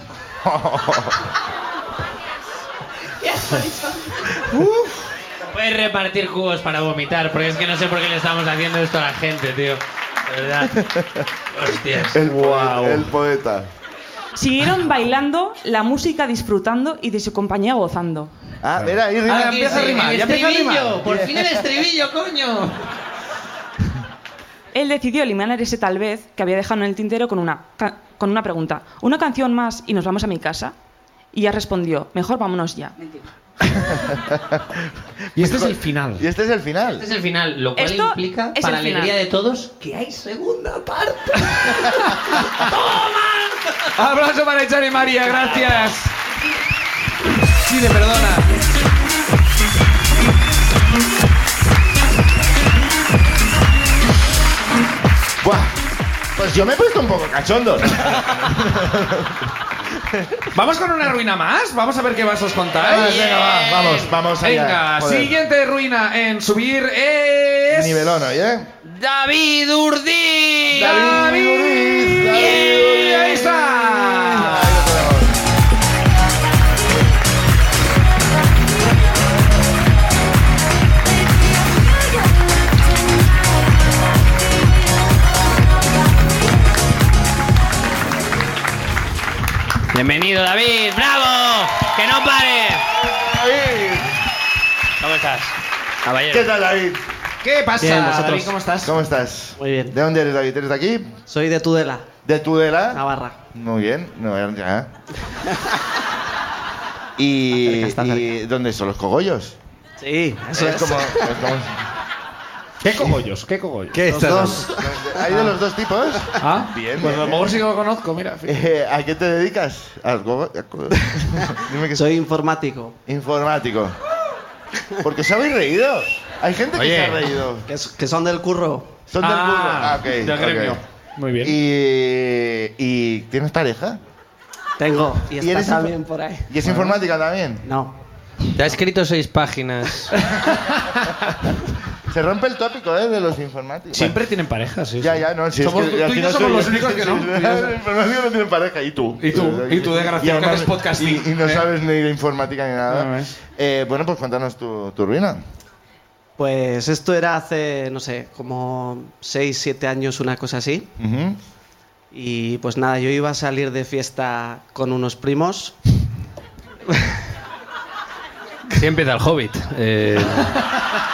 C: Puedes repartir cubos para vomitar, porque es que no sé por qué le estamos haciendo esto a la gente, tío. De [LAUGHS] verdad. Hostias.
A: El, wow. el poeta.
G: siguieron bailando la música disfrutando y de su compañía gozando.
A: Ah, mira, ahí rima.
B: ya empieza a rimar,
C: el
B: ya empieza a
C: estribillo,
B: rimar.
C: por
A: [LAUGHS]
C: fin el estribillo, coño.
G: Él decidió eliminar ese tal vez que había dejado en el tintero con una, ca- con una pregunta. ¿Una canción más y nos vamos a mi casa? Y ella respondió, mejor vámonos ya.
B: Y este es el final.
A: Y este es el final.
C: Este es el final, lo cual
G: Esto
C: implica,
G: es
C: para
G: el
C: alegría
G: final.
C: de todos, que hay segunda parte.
B: Abrazo para Echar y María, gracias. Chile, perdona.
A: Buah. Pues yo me he puesto un poco cachondo.
B: Vamos con una ruina más. Vamos a ver qué vasos contáis.
A: Pues Venga, va, vamos, vamos allá.
B: Venga,
A: Joder.
B: siguiente ruina en subir es.
A: Nivelón hoy, ¿eh?
C: David Urdi.
B: David.
A: David.
B: Y ahí está.
A: Ahí lo tenemos.
C: [LAUGHS] Bienvenido, David. ¡Bravo! ¡Que no pare!
A: David.
C: ¿Cómo estás?
A: ¿Qué
C: Caballero.
A: tal, David?
B: ¿Qué pasa,
I: Bien, vosotros.
B: David? ¿Cómo estás?
A: ¿Cómo estás?
I: Muy bien.
A: ¿De dónde eres, David? ¿Eres de aquí?
I: Soy de Tudela,
A: ¿De Tudela?
I: Navarra.
A: Muy bien, no, ya-
I: [LAUGHS]
A: ya. ¿Y,
I: Está cerca, está
A: y dónde son los cogollos?
I: Sí, eso
A: es
I: es.
A: como. es
I: [LAUGHS]
A: como-
B: ¿Qué cogollos? ¿Qué cogollos?
I: ¿Qué
B: Los
I: estás
B: dos.
A: ¿Hay de los dos tipos?
B: Ah,
A: Bien,
B: Pues a
A: bien,
B: lo mejor sí que lo conozco, mira.
A: Eh, ¿A qué te dedicas? Al gogo- a co- [LAUGHS] Dime que
I: Soy informático.
A: Informático. Porque os habéis reído. Hay gente que
B: Oye.
A: se ha reído.
I: Que, s- que son del curro.
A: Son del burro. Ah, ok,
B: del
A: ok.
B: gremio. Muy bien.
A: ¿Y, y tienes pareja?
I: Tengo. Y está
A: eres
I: también
A: info-
I: por ahí.
A: ¿Y es informática también?
I: No.
C: Te ha escrito seis páginas.
A: Se rompe el tópico, ¿eh? De los informáticos.
B: Siempre tienen parejas, sí.
A: Ya,
B: sí.
A: ya, no. Si
B: Somos-
A: es que, al
B: tú y yo
A: final
B: somos
A: soy-
B: los únicos que no.
A: [LAUGHS] Sí, sí, el informático no tiene pareja. Y tú.
B: Y tú, y tú, desgraciado,
A: además-
B: que haces podcasting,
A: Y, y no
B: ¿eh?
A: sabes ni de informática ni
B: No,
A: nada.
B: ¿ves?
A: Eh, bueno, pues cuéntanos tu, tu ruina.
I: Pues esto era hace, no sé, como 6, 7 años, una cosa así.
A: Ujú.
I: Y pues nada, yo iba a salir de fiesta con unos primos.
C: Sí empieza el Hobbit. Eh,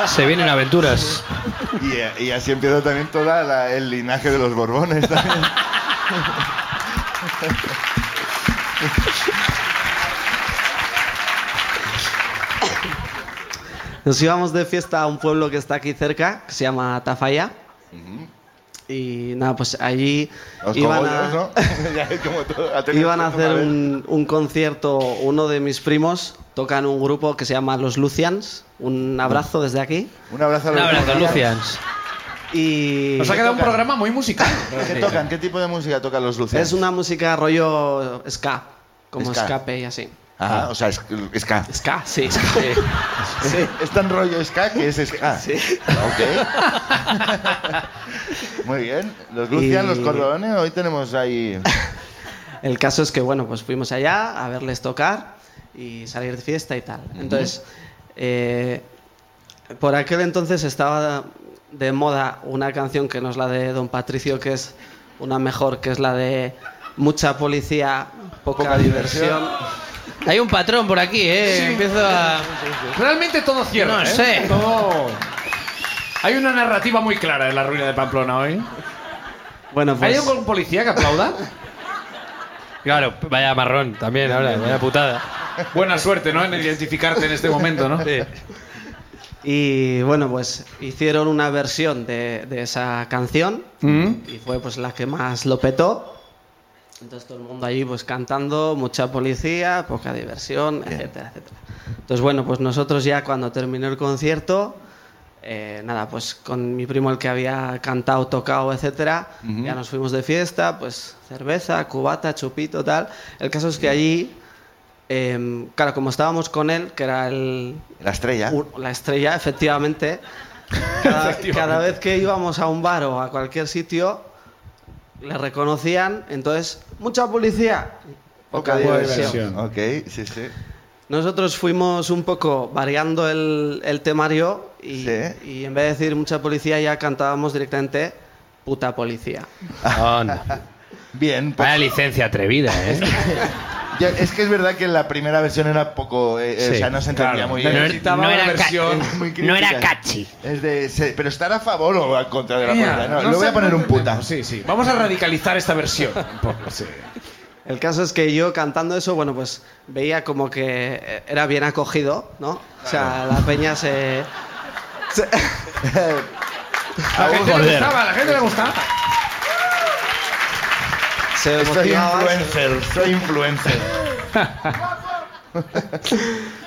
C: se vienen aventuras.
A: Y, eh, y así empieza también todo el linaje de los Borbones.
B: [LAUGHS]
A: también.
I: Nos íbamos de fiesta a un pueblo que está aquí cerca, que se llama Tafalla. Y nada, pues allí
A: Los
I: iban
A: cogollos,
I: a-
A: ¿no? [LAUGHS] Ya es como todo, ha tenido
I: Iban a
A: tanto
I: hacer
A: papel.
I: un, un concierto, uno de mis primos tocan un grupo que se llama Los Lucians, un abrazo desde aquí.
A: Un abrazo a
C: Un
A: los
C: abrazo,
A: Borbones.
C: Lucians.
I: Y
B: Nos ha quedado un programa muy musical.
A: ¿Qué tocan? ¿Qué tipo de música tocan los Lucians?
I: es una música rollo ska, como
A: Ska.
I: escape y así.
A: Ah, o sea, es, ska.
I: Ska, sí.
A: [LAUGHS] Es tan rollo ska que es ska. Sí. Ok. [LAUGHS] Muy bien. Los Lucian,
I: Y-
A: los Corleones, hoy tenemos ahí...
I: [LAUGHS] El caso es que, bueno, pues fuimos allá a verles tocar y salir de fiesta y tal. Entonces, eh, por aquel entonces estaba de moda una canción que no es la de Don Patricio, que es una mejor, que es la de Mucha policía, poca,
A: Poca diversión.
I: diversión.
C: Hay un patrón por aquí, ¿eh? Empiezo a...
B: Realmente todo cierra.
C: No
B: ¿eh?
C: sé.
B: Todo- Hay una narrativa muy clara en la ruina de Pamplona hoy.
I: Bueno,
B: ¿Hay
I: pues
B: algún policía que aplauda?
C: Claro, vaya marrón también ahora, vaya putada.
B: Buena suerte, ¿no? En identificarte en este momento, ¿no?
I: y bueno, pues hicieron una versión de, de esa canción
B: Mm.
I: y fue pues la que más lo petó. Entonces todo el mundo allí pues cantando, mucha policía, poca diversión, etcétera, etcétera. Entonces bueno, pues nosotros ya cuando terminó el concierto, eh, nada, pues con mi primo el que había cantado, tocado, etcétera, ya nos fuimos de fiesta, pues cerveza, cubata, chupito, tal. El caso es que allí, em, claro, como estábamos con él, que era el,
A: La estrella.
I: un- la estrella, efectivamente.
A: [LAUGHS]
I: Cada, cada vez que íbamos a un bar o a cualquier sitio, le reconocían. Entonces, mucha policía. Poca diversión.
A: Ok, sí, sí.
I: Nosotros fuimos un poco variando el, el temario y,
A: Sí.
I: y en vez de decir mucha policía ya cantábamos directamente puta policía.
A: Bien, pues,
C: Vaya licencia atrevida, ¿eh?
A: ya- es que es verdad que la primera versión era poco, eh, eh, o
C: Sí,
A: sea, no se entendía
B: claro.
A: muy
B: No
A: bien.
B: era- Necesitaba una
C: ca-
B: versión
A: [LAUGHS] muy
C: no era
A: crítica.
C: catchy.
A: Es de, se- pero estar a favor o al contra de la
B: Mira,
A: puerta. No,
B: no
A: le voy
B: sé,
A: a poner
B: no
A: un puta.
B: entendemos. Sí, sí. Vamos a radicalizar esta versión. Pues un poco, sí.
I: El caso es que yo cantando eso, bueno, pues veía como que eh, era bien acogido, ¿no? O sea, la peña se...
B: [LAUGHS] A la gente le
C: Joder.
B: gustaba, a la gente le gustaba.
I: se
A: Soy
I: emocionaba, se-
A: influencer, soy influencer.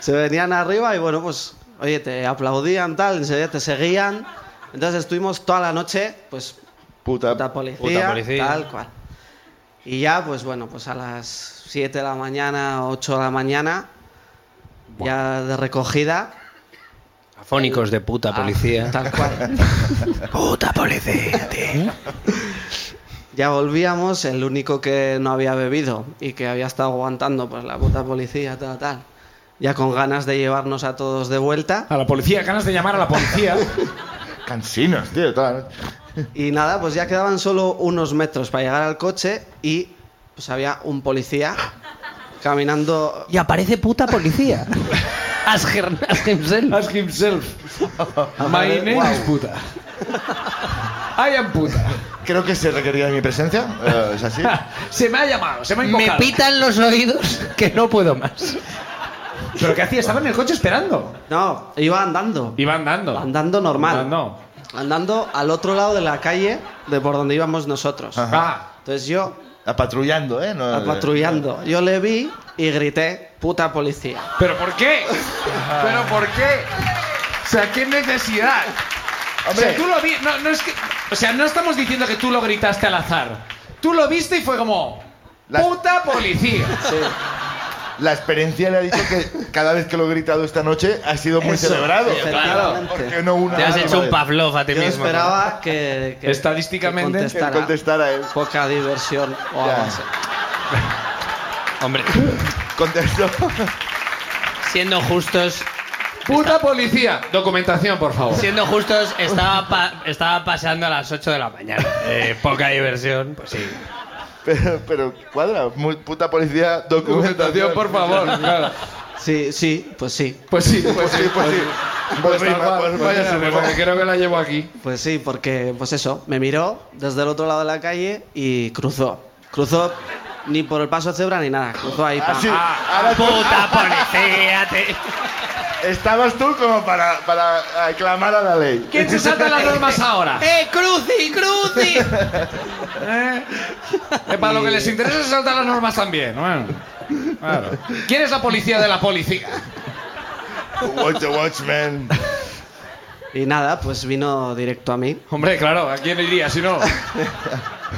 I: se venían arriba y bueno, pues, oye, te aplaudían, tal, enseguida te seguían. Entonces estuvimos toda la noche, pues,
A: Puta,
I: puta policía,
C: puta policía.
I: tal cual. Y ya, pues bueno, pues a las 7 de la mañana, 8 de la mañana, ya de recogida.
C: Afónicos de puta policía.
I: ah, tal cual.
C: [LAUGHS] Puta policía,
I: Ya volvíamos, el único que no había bebido y que había estado aguantando, pues la puta policía, tal, tal. Ya con ganas de llevarnos a todos de vuelta.
B: A la policía, ganas de llamar a la policía.
A: [LAUGHS] Cansinos, tío. toda la noche.
I: Y nada, pues ya quedaban solo unos metros para llegar al coche y pues había un policía caminando.
C: Y aparece
B: [LAUGHS]
C: puta policía. As, her- as himself.
B: Ask himself. My name
I: Wow.
B: is puta. I am puta.
A: Creo que se requería de mi presencia. eh, ¿Es así?
B: Se me ha llamado, se me ha
C: Me
B: invocado.
C: pitan los oídos que no puedo más.
B: ¿Pero qué hacía? Estaba en el coche esperando.
I: No, iba andando.
B: Iba andando.
I: Andando normal.
B: Andando.
I: Andando al otro lado de la calle de por donde íbamos nosotros.
A: Ajá.
B: Ah,
I: Entonces yo,
A: A patrullando, ¿eh? No,
I: patrullando, yo le vi y grité, puta policía.
B: ¿pero por qué? ¿Pero por qué? O sea, ¿qué necesidad?
A: Hombre.
B: O sea, tú lo vi... No, no es que... O sea, no estamos diciendo que tú lo gritaste al azar. Tú lo viste y fue como...
A: Las-
B: ¡Puta policía!
A: La experiencia le ha dicho que cada vez que lo he gritado esta noche ha sido muy
I: Eso,
A: celebrado.
I: efectivamente.
A: Porque no una
C: Te has
A: nada
C: hecho
A: más.
C: un Pavlov a ti
I: Yo
C: mismo.
I: esperaba que, que-
B: Estadísticamente,
I: que
A: Que
I: contestara,
A: contestar a él.
I: poca diversión o algo
A: Ya.
I: así.
C: Hombre,
A: Contestó.
C: siendo justos,
B: ¡Puta policía! Documentación, por favor.
C: siendo justos, estaba, pa- estaba pasando a las 8 de la mañana. [LAUGHS] Eh, poca diversión, pues sí.
A: [LAUGHS] Pero, pero cuadra. muy- puta policía,
B: Documentación,
A: documentación.
B: por favor.
A: [LAUGHS]
B: claro.
I: Sí, sí, pues sí.
B: Pues sí, pues,
A: Pues sí, pues sí.
B: Pues,
A: Pues
B: tal
A: venga,
B: cual,
A: pues
B: pues
A: vaya
B: mira,
A: su
B: pues
A: rebaja.
B: creo que la llevo aquí.
I: Pues sí, porque, pues eso, me miró desde el otro lado de la calle y cruzó. Cruzó ni por el paso de cebra ni nada, cruzó ahí. pam.
A: Así. Ah,
I: ah,
A: ahora tú-
C: Puta policía, te-
A: Estabas tú como para, para aclamar a la ley.
B: ¿Quién se salta las normas ahora?
C: ¡Eh, cruci, [LAUGHS] cruci!
B: ¿Eh? Que para lo que les interesa se saltan las normas también. Bueno, claro. ¿Quién es la policía de la policía?
I: [LAUGHS]
A: Watch the Watchmen.
I: Y nada, pues vino directo a mí.
B: Hombre, claro, ¿a quién iría si
I: [LAUGHS]
B: no?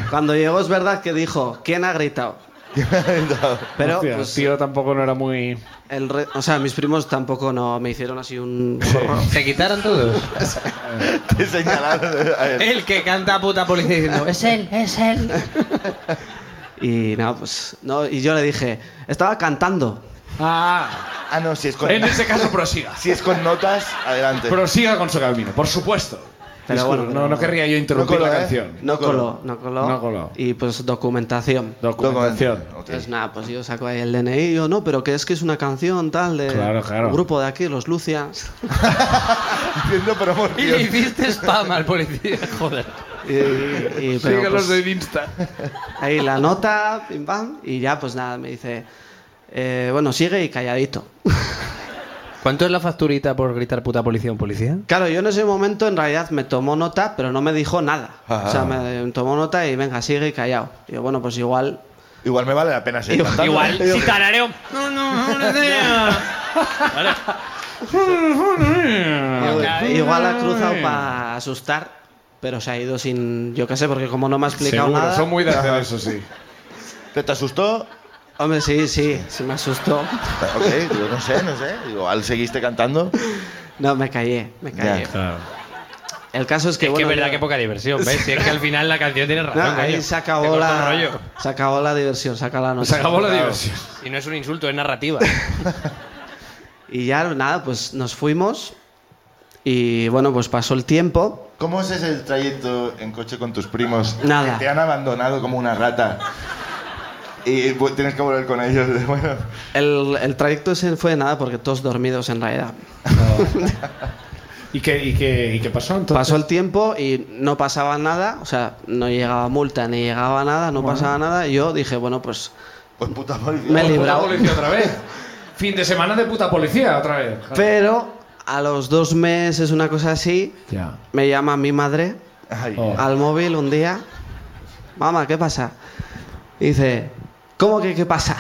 I: Cuando llegó es verdad que dijo, ¿quién ha gritado? Pero,
B: Hostia,
I: pues,
B: tío tampoco no era muy...
I: el re- o sea, mis primos tampoco no me hicieron así un...
C: [LAUGHS] Se quitaron
I: [LAUGHS]
C: todos.
A: Te señalaron a él.
C: El que canta puta policía diciendo, es él, es él.
I: Y nada, pues... No, y yo le dije, estaba cantando.
B: Ah,
A: Ah, no, si es con,
B: en ese caso prosiga.
A: si es con notas, adelante.
B: Prosiga con su camino, por supuesto.
I: Pero
B: Disculpa,
I: bueno,
B: no, no querría yo interrumpir
A: No coló,
B: la
A: ¿eh?
B: canción.
I: No
A: No coló.
I: coló, no coló.
B: No coló.
I: Y pues documentación.
B: Documentación.
A: Ok.
I: Entonces, nada, pues yo saco ahí el DNI y yo, no, pero que es que es una canción tal de
B: Claro, claro.
I: un grupo de aquí, los Lucia.
A: Haciendo
C: Y le
A: promoción.
C: hiciste spam al policía, joder.
I: Y, y- pero,
B: Síguelos
I: pues,
B: de Insta.
I: ahí la nota, pim pam, y ya pues nada, me dice, eh, bueno, sigue y calladito.
C: [LAUGHS] ¿Cuánto es la facturita por gritar puta policía a un policía?
I: Claro, yo en ese momento en realidad me tomó nota, pero no me dijo nada.
A: Ajá.
I: O sea, me tomó nota y venga, sigue y callado. Y yo, bueno, pues igual
A: Igual me vale la pena ser cantante.
C: Igual,
A: Yo-
C: si tarareo. No, no, no,
I: Igual,
C: Vale.
I: igual ha cruzado para asustar, pero se ha ido sin. Yo qué sé, porque como no me ha explicado
B: Seguro,
I: nada.
B: son muy de hacer eso, sí.
A: ¿Te, te asustó?
I: Hombre, sí, sí, sí me asustó.
A: Ok, digo, no sé, no sé. Igual seguiste cantando.
I: No, me callé, me callé.
A: Ya.
I: El caso es que.
C: Que es que es
I: bueno,
C: verdad
I: yo-
C: que poca diversión, ¿ves? Si es que al final la canción tiene razón,
I: No,
C: coño.
I: ahí se
C: Te
I: acabó,
C: corta
I: la,
C: el rollo.
I: se acabó la diversión, se acabó la noche.
B: Se acabó la diversión.
C: Y no es un insulto, es narrativa.
I: Y ya, nada, pues nos fuimos. Y bueno, pues pasó el tiempo.
A: ¿Cómo es ese trayecto en coche con tus primos?
I: Nada.
A: Que te han abandonado como una rata. Y pues, tienes que volver con ellos.
B: [LAUGHS]
A: de, Bueno,
I: El, el trayecto ese fue nada, porque todos dormidos en realidad.
B: [LAUGHS] ¿Y qué, y qué, y qué pasó entonces?
I: Pasó el tiempo y no pasaba nada, o sea, no llegaba multa ni llegaba nada, no pasaba nada. Y yo dije, bueno, pues
A: pues puta policía.
I: Me he
B: Puta
I: librado.
B: policía otra vez. Fin de semana de puta policía otra vez.
I: Pero a los dos meses, una cosa así,
B: Ya.
I: me llama mi madre
A: Ay.
B: Oh.
I: al móvil un día. Mamá, ¿qué pasa? Y dice, ¿cómo que qué pasa?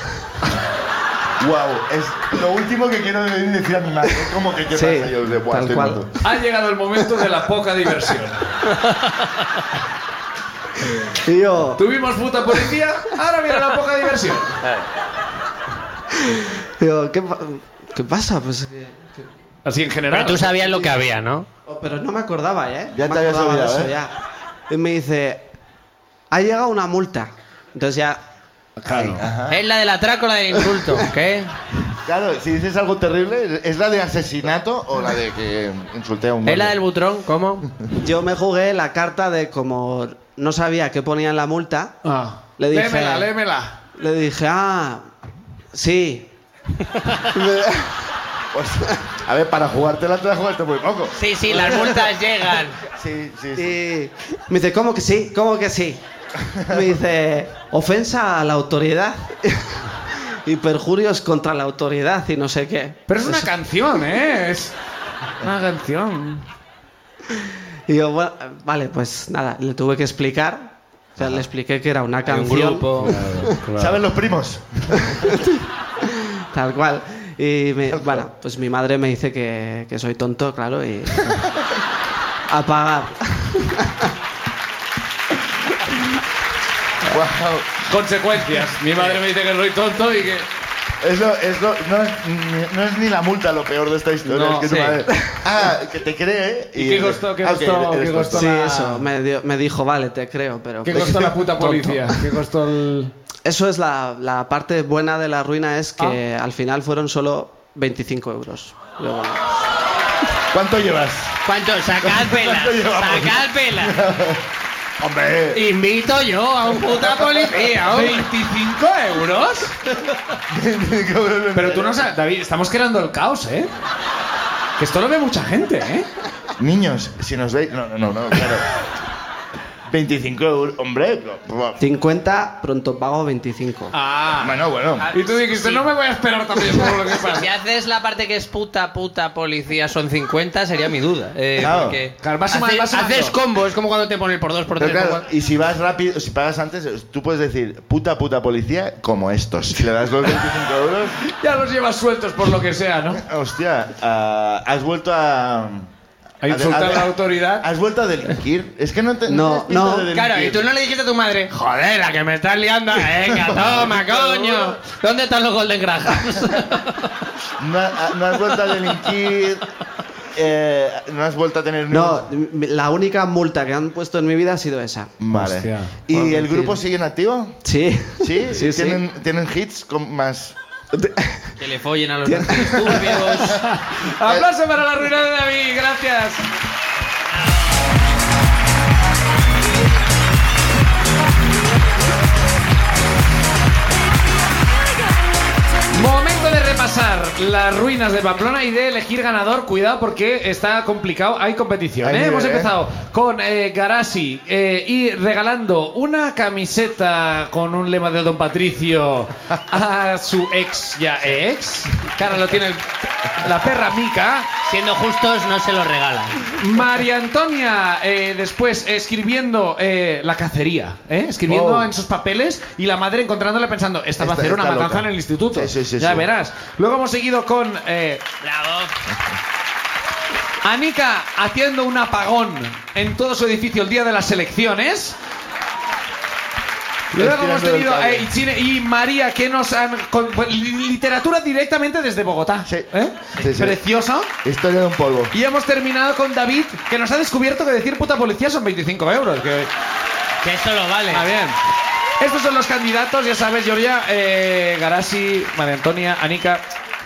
A: Wow, es lo último que quiero decir a mi madre. Es como que qué
I: Sí,
A: pasa yo de "Buah,
I: tal
A: estoy
I: cual.
A: muerto".
B: Ha llegado el momento de la poca diversión.
I: Y yo,
B: Tuvimos puta policía, ahora viene la poca diversión.
I: yo, ¿qué, pa- qué pasa? Pues, que-
B: Así en general.
C: Pero tú sabías lo que había, ¿no?
I: oh, [LAUGHS] pero no me acordaba, ¿eh?
A: Ya
I: No
A: te
I: me
A: habías
I: acordaba de
A: olvidado,
I: eso,
A: ¿eh?
I: ya. Y me dice, ha llegado una multa. Entonces ya,
B: Claro.
C: Es la del atraco, la del
I: [LAUGHS]
C: insulto. ¿Qué?
A: Claro, si dices algo terrible, ¿es la de asesinato o la de que insulté a un
C: ¿Es la
A: muerto?
C: del butrón? ¿Cómo?
I: yo me jugué la carta de como no sabía qué ponía en la multa.
B: Ah.
I: Le dije-
B: Lémela, lémela.
I: Le dije, ah, sí.
A: [LAUGHS] Pues, a ver, para jugártela te la jugaste muy poco.
C: Sí, sí,
A: [LAUGHS]
C: las multas llegan.
A: Sí, sí, sí.
I: Y Eh, me dice, ¿cómo que sí? ¿Cómo que sí? Me dice, ofensa a la autoridad y perjurios contra la autoridad y no sé qué.
B: Pero es una canción, ¿eh? Es una canción.
I: Y yo, bueno, vale, pues nada, le tuve que explicar. O sea, le expliqué que era una
C: Hay un
I: canción. [LAUGHS]
C: grupo.
A: ¿Saben los primos?
I: Tal cual. Y me- bueno, pues mi madre me dice que, que soy tonto, claro, y. [LAUGHS] a pagar.
A: Guau.
B: Consecuencias. Mi madre me dice que soy tonto y que.
A: Eso, eso no, es, ni- no es ni la multa lo peor de esta historia.
B: No,
A: es que tu
B: sí.
A: madre- Ah, que te cree.
B: ¿Y qué costó, qué
A: Ah, ok,
B: costó,
A: eres
B: qué
A: tonto.
B: costó?
I: Sí,
B: la-
I: eso. Me, dio- me dijo, vale, te creo, pero.
B: ¿Qué
I: [LAUGHS]
B: costó la puta policía? ¿Qué costó el.?
I: Eso es la, la parte buena de la ruina, es que
B: Ah.
I: al final fueron solo 25 euros. Pero bueno.
A: ¿Cuánto llevas?
C: ¿Cuánto? Sacad pelas.
B: [LAUGHS]
A: ¿Cuánto llevamos?
C: Sacad pelas.
A: Hombre,
C: Invito yo a un puta
B: [LAUGHS]
C: policía. hombre.
B: ¿25
I: [LAUGHS]
B: euros? Pero tú no sabes, David, estamos creando el caos, ¿eh? Que esto lo ve mucha gente, ¿eh?
A: niños, si nos veis. No, no, no, no, claro. 25 euros, hombre. no,
I: 50, pronto pago 25.
B: Ah.
A: Bueno, bueno.
C: Ah,
B: Y tú dijiste,
C: sí.
B: no me voy a esperar también por lo que pasa.
C: Si haces la parte que es puta, puta, policía, son 50, sería mi duda. Eh,
A: Claro.
C: porque
B: Claro, vas sumando,
C: haces,
B: vas sumando.
C: haces combo, es como cuando te ponen por dos, por
A: Pero
C: tres, por
A: claro,
C: cuatro.
A: y si vas rápido, si pagas antes, tú puedes decir puta puta policía como estos. Si le das los 25 euros,
B: Ya los llevas sueltos por lo que sea, ¿no?
A: hostia, ah, has vuelto a.
B: A insultar a la autoridad.
A: Has vuelto a delinquir. Es que no te.
I: No,
A: tienes pinta
I: no.
A: de delinquir.
C: Claro, y tú no le dijiste a tu madre, joder, la que me estás liando, venga, toma, coño. ¿Dónde están los Golden Grahams?
A: No, ah, no has vuelto a delinquir. eh, no has vuelto a tener.
I: No, m- la única multa que han puesto en mi vida ha sido esa.
A: ningún- Vale.
B: Hostia.
A: ¿Y
I: Puedo
A: el
I: mentir.
A: grupo sigue en activo?
I: Sí.
A: ¿Sí?
I: Sí, sí.
A: ¿Tienen, tienen hits con más.
C: que le follen a los turbios.
B: [LAUGHS]
A: Eh.
B: Aplauso para la ruina de David, gracias. Momento de repasar las ruinas de Pamplona y de elegir ganador. Cuidado porque está complicado. Hay competición.
A: Hay
B: ¿eh?
A: nivel,
B: Hemos
A: ¿eh?
B: empezado con eh, Garasi eh, y regalando una camiseta con un lema de Don Patricio a su ex ya ex. Cara lo tiene el- la perra Mica.
C: Siendo justos, no se lo regalan.
B: María Antonia, eh, después escribiendo eh, la cacería, ¿eh? escribiendo
A: Wow.
B: en sus papeles y la madre encontrándola pensando, esta va a
A: Oh. Esta-
B: hacer una
A: está
B: matanza
A: loca.
B: en el instituto.
A: Sí, sí, sí,
B: ya
A: sí.
B: verás. Luego hemos seguido con eh,
C: Bravo.
B: Anika haciendo un apagón en todo su edificio el día de las elecciones. Luego
A: Respirando
B: hemos tenido
A: del
B: eh,
A: cable.
B: Ichine y María que nos han... con- pues, li- literatura directamente desde Bogotá.
A: Sí.
B: ¿eh?
A: Sí, sí.
B: Precioso.
A: Historia de un polvo.
B: Y hemos terminado con David, que nos ha descubierto que decir puta policía son 25 euros. Que,
C: Que esto lo vale.
B: ah, bien. Estos son los candidatos, ya sabes, Georgia, eh, Garasi, María Antonia, Anika,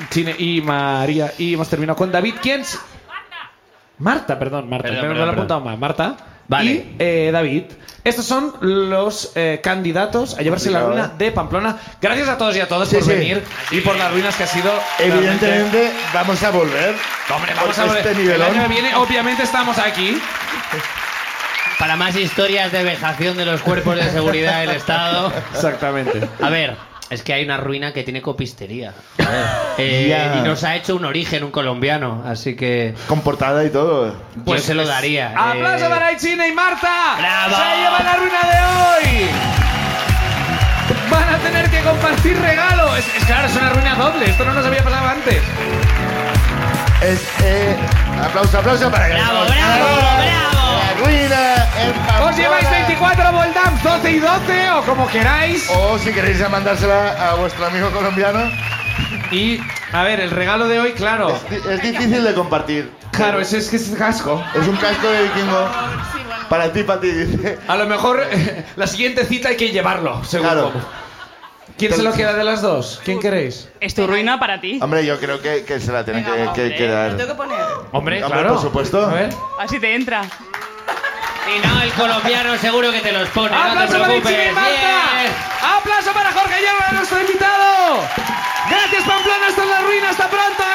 B: Chine y María. Y hemos terminado con David. ¿Quién es? Marta, perdón, Marta.
C: Perdón,
B: me- me lo
C: perdón,
B: he
C: perdón.
B: apuntado mal. Marta.
C: Vale.
B: Y eh, David. Estos son los eh, candidatos a llevarse la
A: Complicado,
B: ruina de Pamplona. Gracias a todos y a todas
A: Sí,
B: por
A: sí.
B: venir y por las ruinas que ha sido. realmente-
A: Evidentemente, vamos a volver.
B: Hombre, vamos a
A: Con
B: ver.
A: Este
B: el año que
A: nivelón.
B: viene, obviamente, estamos aquí.
C: Para más historias de vejación de los cuerpos de seguridad del Estado.
B: Exactamente.
C: A ver, es que hay una ruina que tiene copistería. Joder. Eh,
A: Ya.
C: Y nos ha hecho un origen, un colombiano. Así que
A: Con portada y todo.
C: pues, se lo daría.
B: ¡Aplauso
C: Eh,
B: para Ichine y Marta!
C: ¡Bravo!
B: ¡Se lleva la ruina de hoy! ¡Van a tener que compartir regalo! Es, es claro, es una ruina doble. Esto no nos había pasado antes.
A: Es, eh, aplauso, aplauso para que
C: ¡Bravo,
A: nos-
C: bravo, bravo!
A: La ruina en Pamplona.
B: ¿Os lleváis 24 Voldams, 12 y 12 o como queráis?
A: O si queréis ya mandársela a vuestro amigo colombiano,
B: Y, a ver, el regalo de hoy, claro.
A: es, es difícil de compartir.
B: Claro, es, es que es casco.
A: Es un casco de vikingo. Para ti, para ti, dice.
B: A lo mejor [LAUGHS] la siguiente cita hay que llevarlo, seguro.
A: Claro.
B: ¿Quién se lo queda de las dos? ¿Quién queréis?
G: Es tu ruina para ti.
A: Hombre, yo creo que, que se la tienen que, que, que
G: Lo
A: dar.
G: tengo que poner.
B: Hombre,
A: Hombre,
B: claro.
A: por supuesto.
B: A ver.
G: Así te entra.
C: Si no, el colombiano seguro que te los pone. No te
B: ¡Aplauso para
C: preocupes.
B: Ichi y Marta!
C: Bien.
B: ¡Aplauso para Jorge Hierba, nuestro invitado! ¡Gracias, Pamplona! ¡Hasta la ruina! ¡Hasta pronto!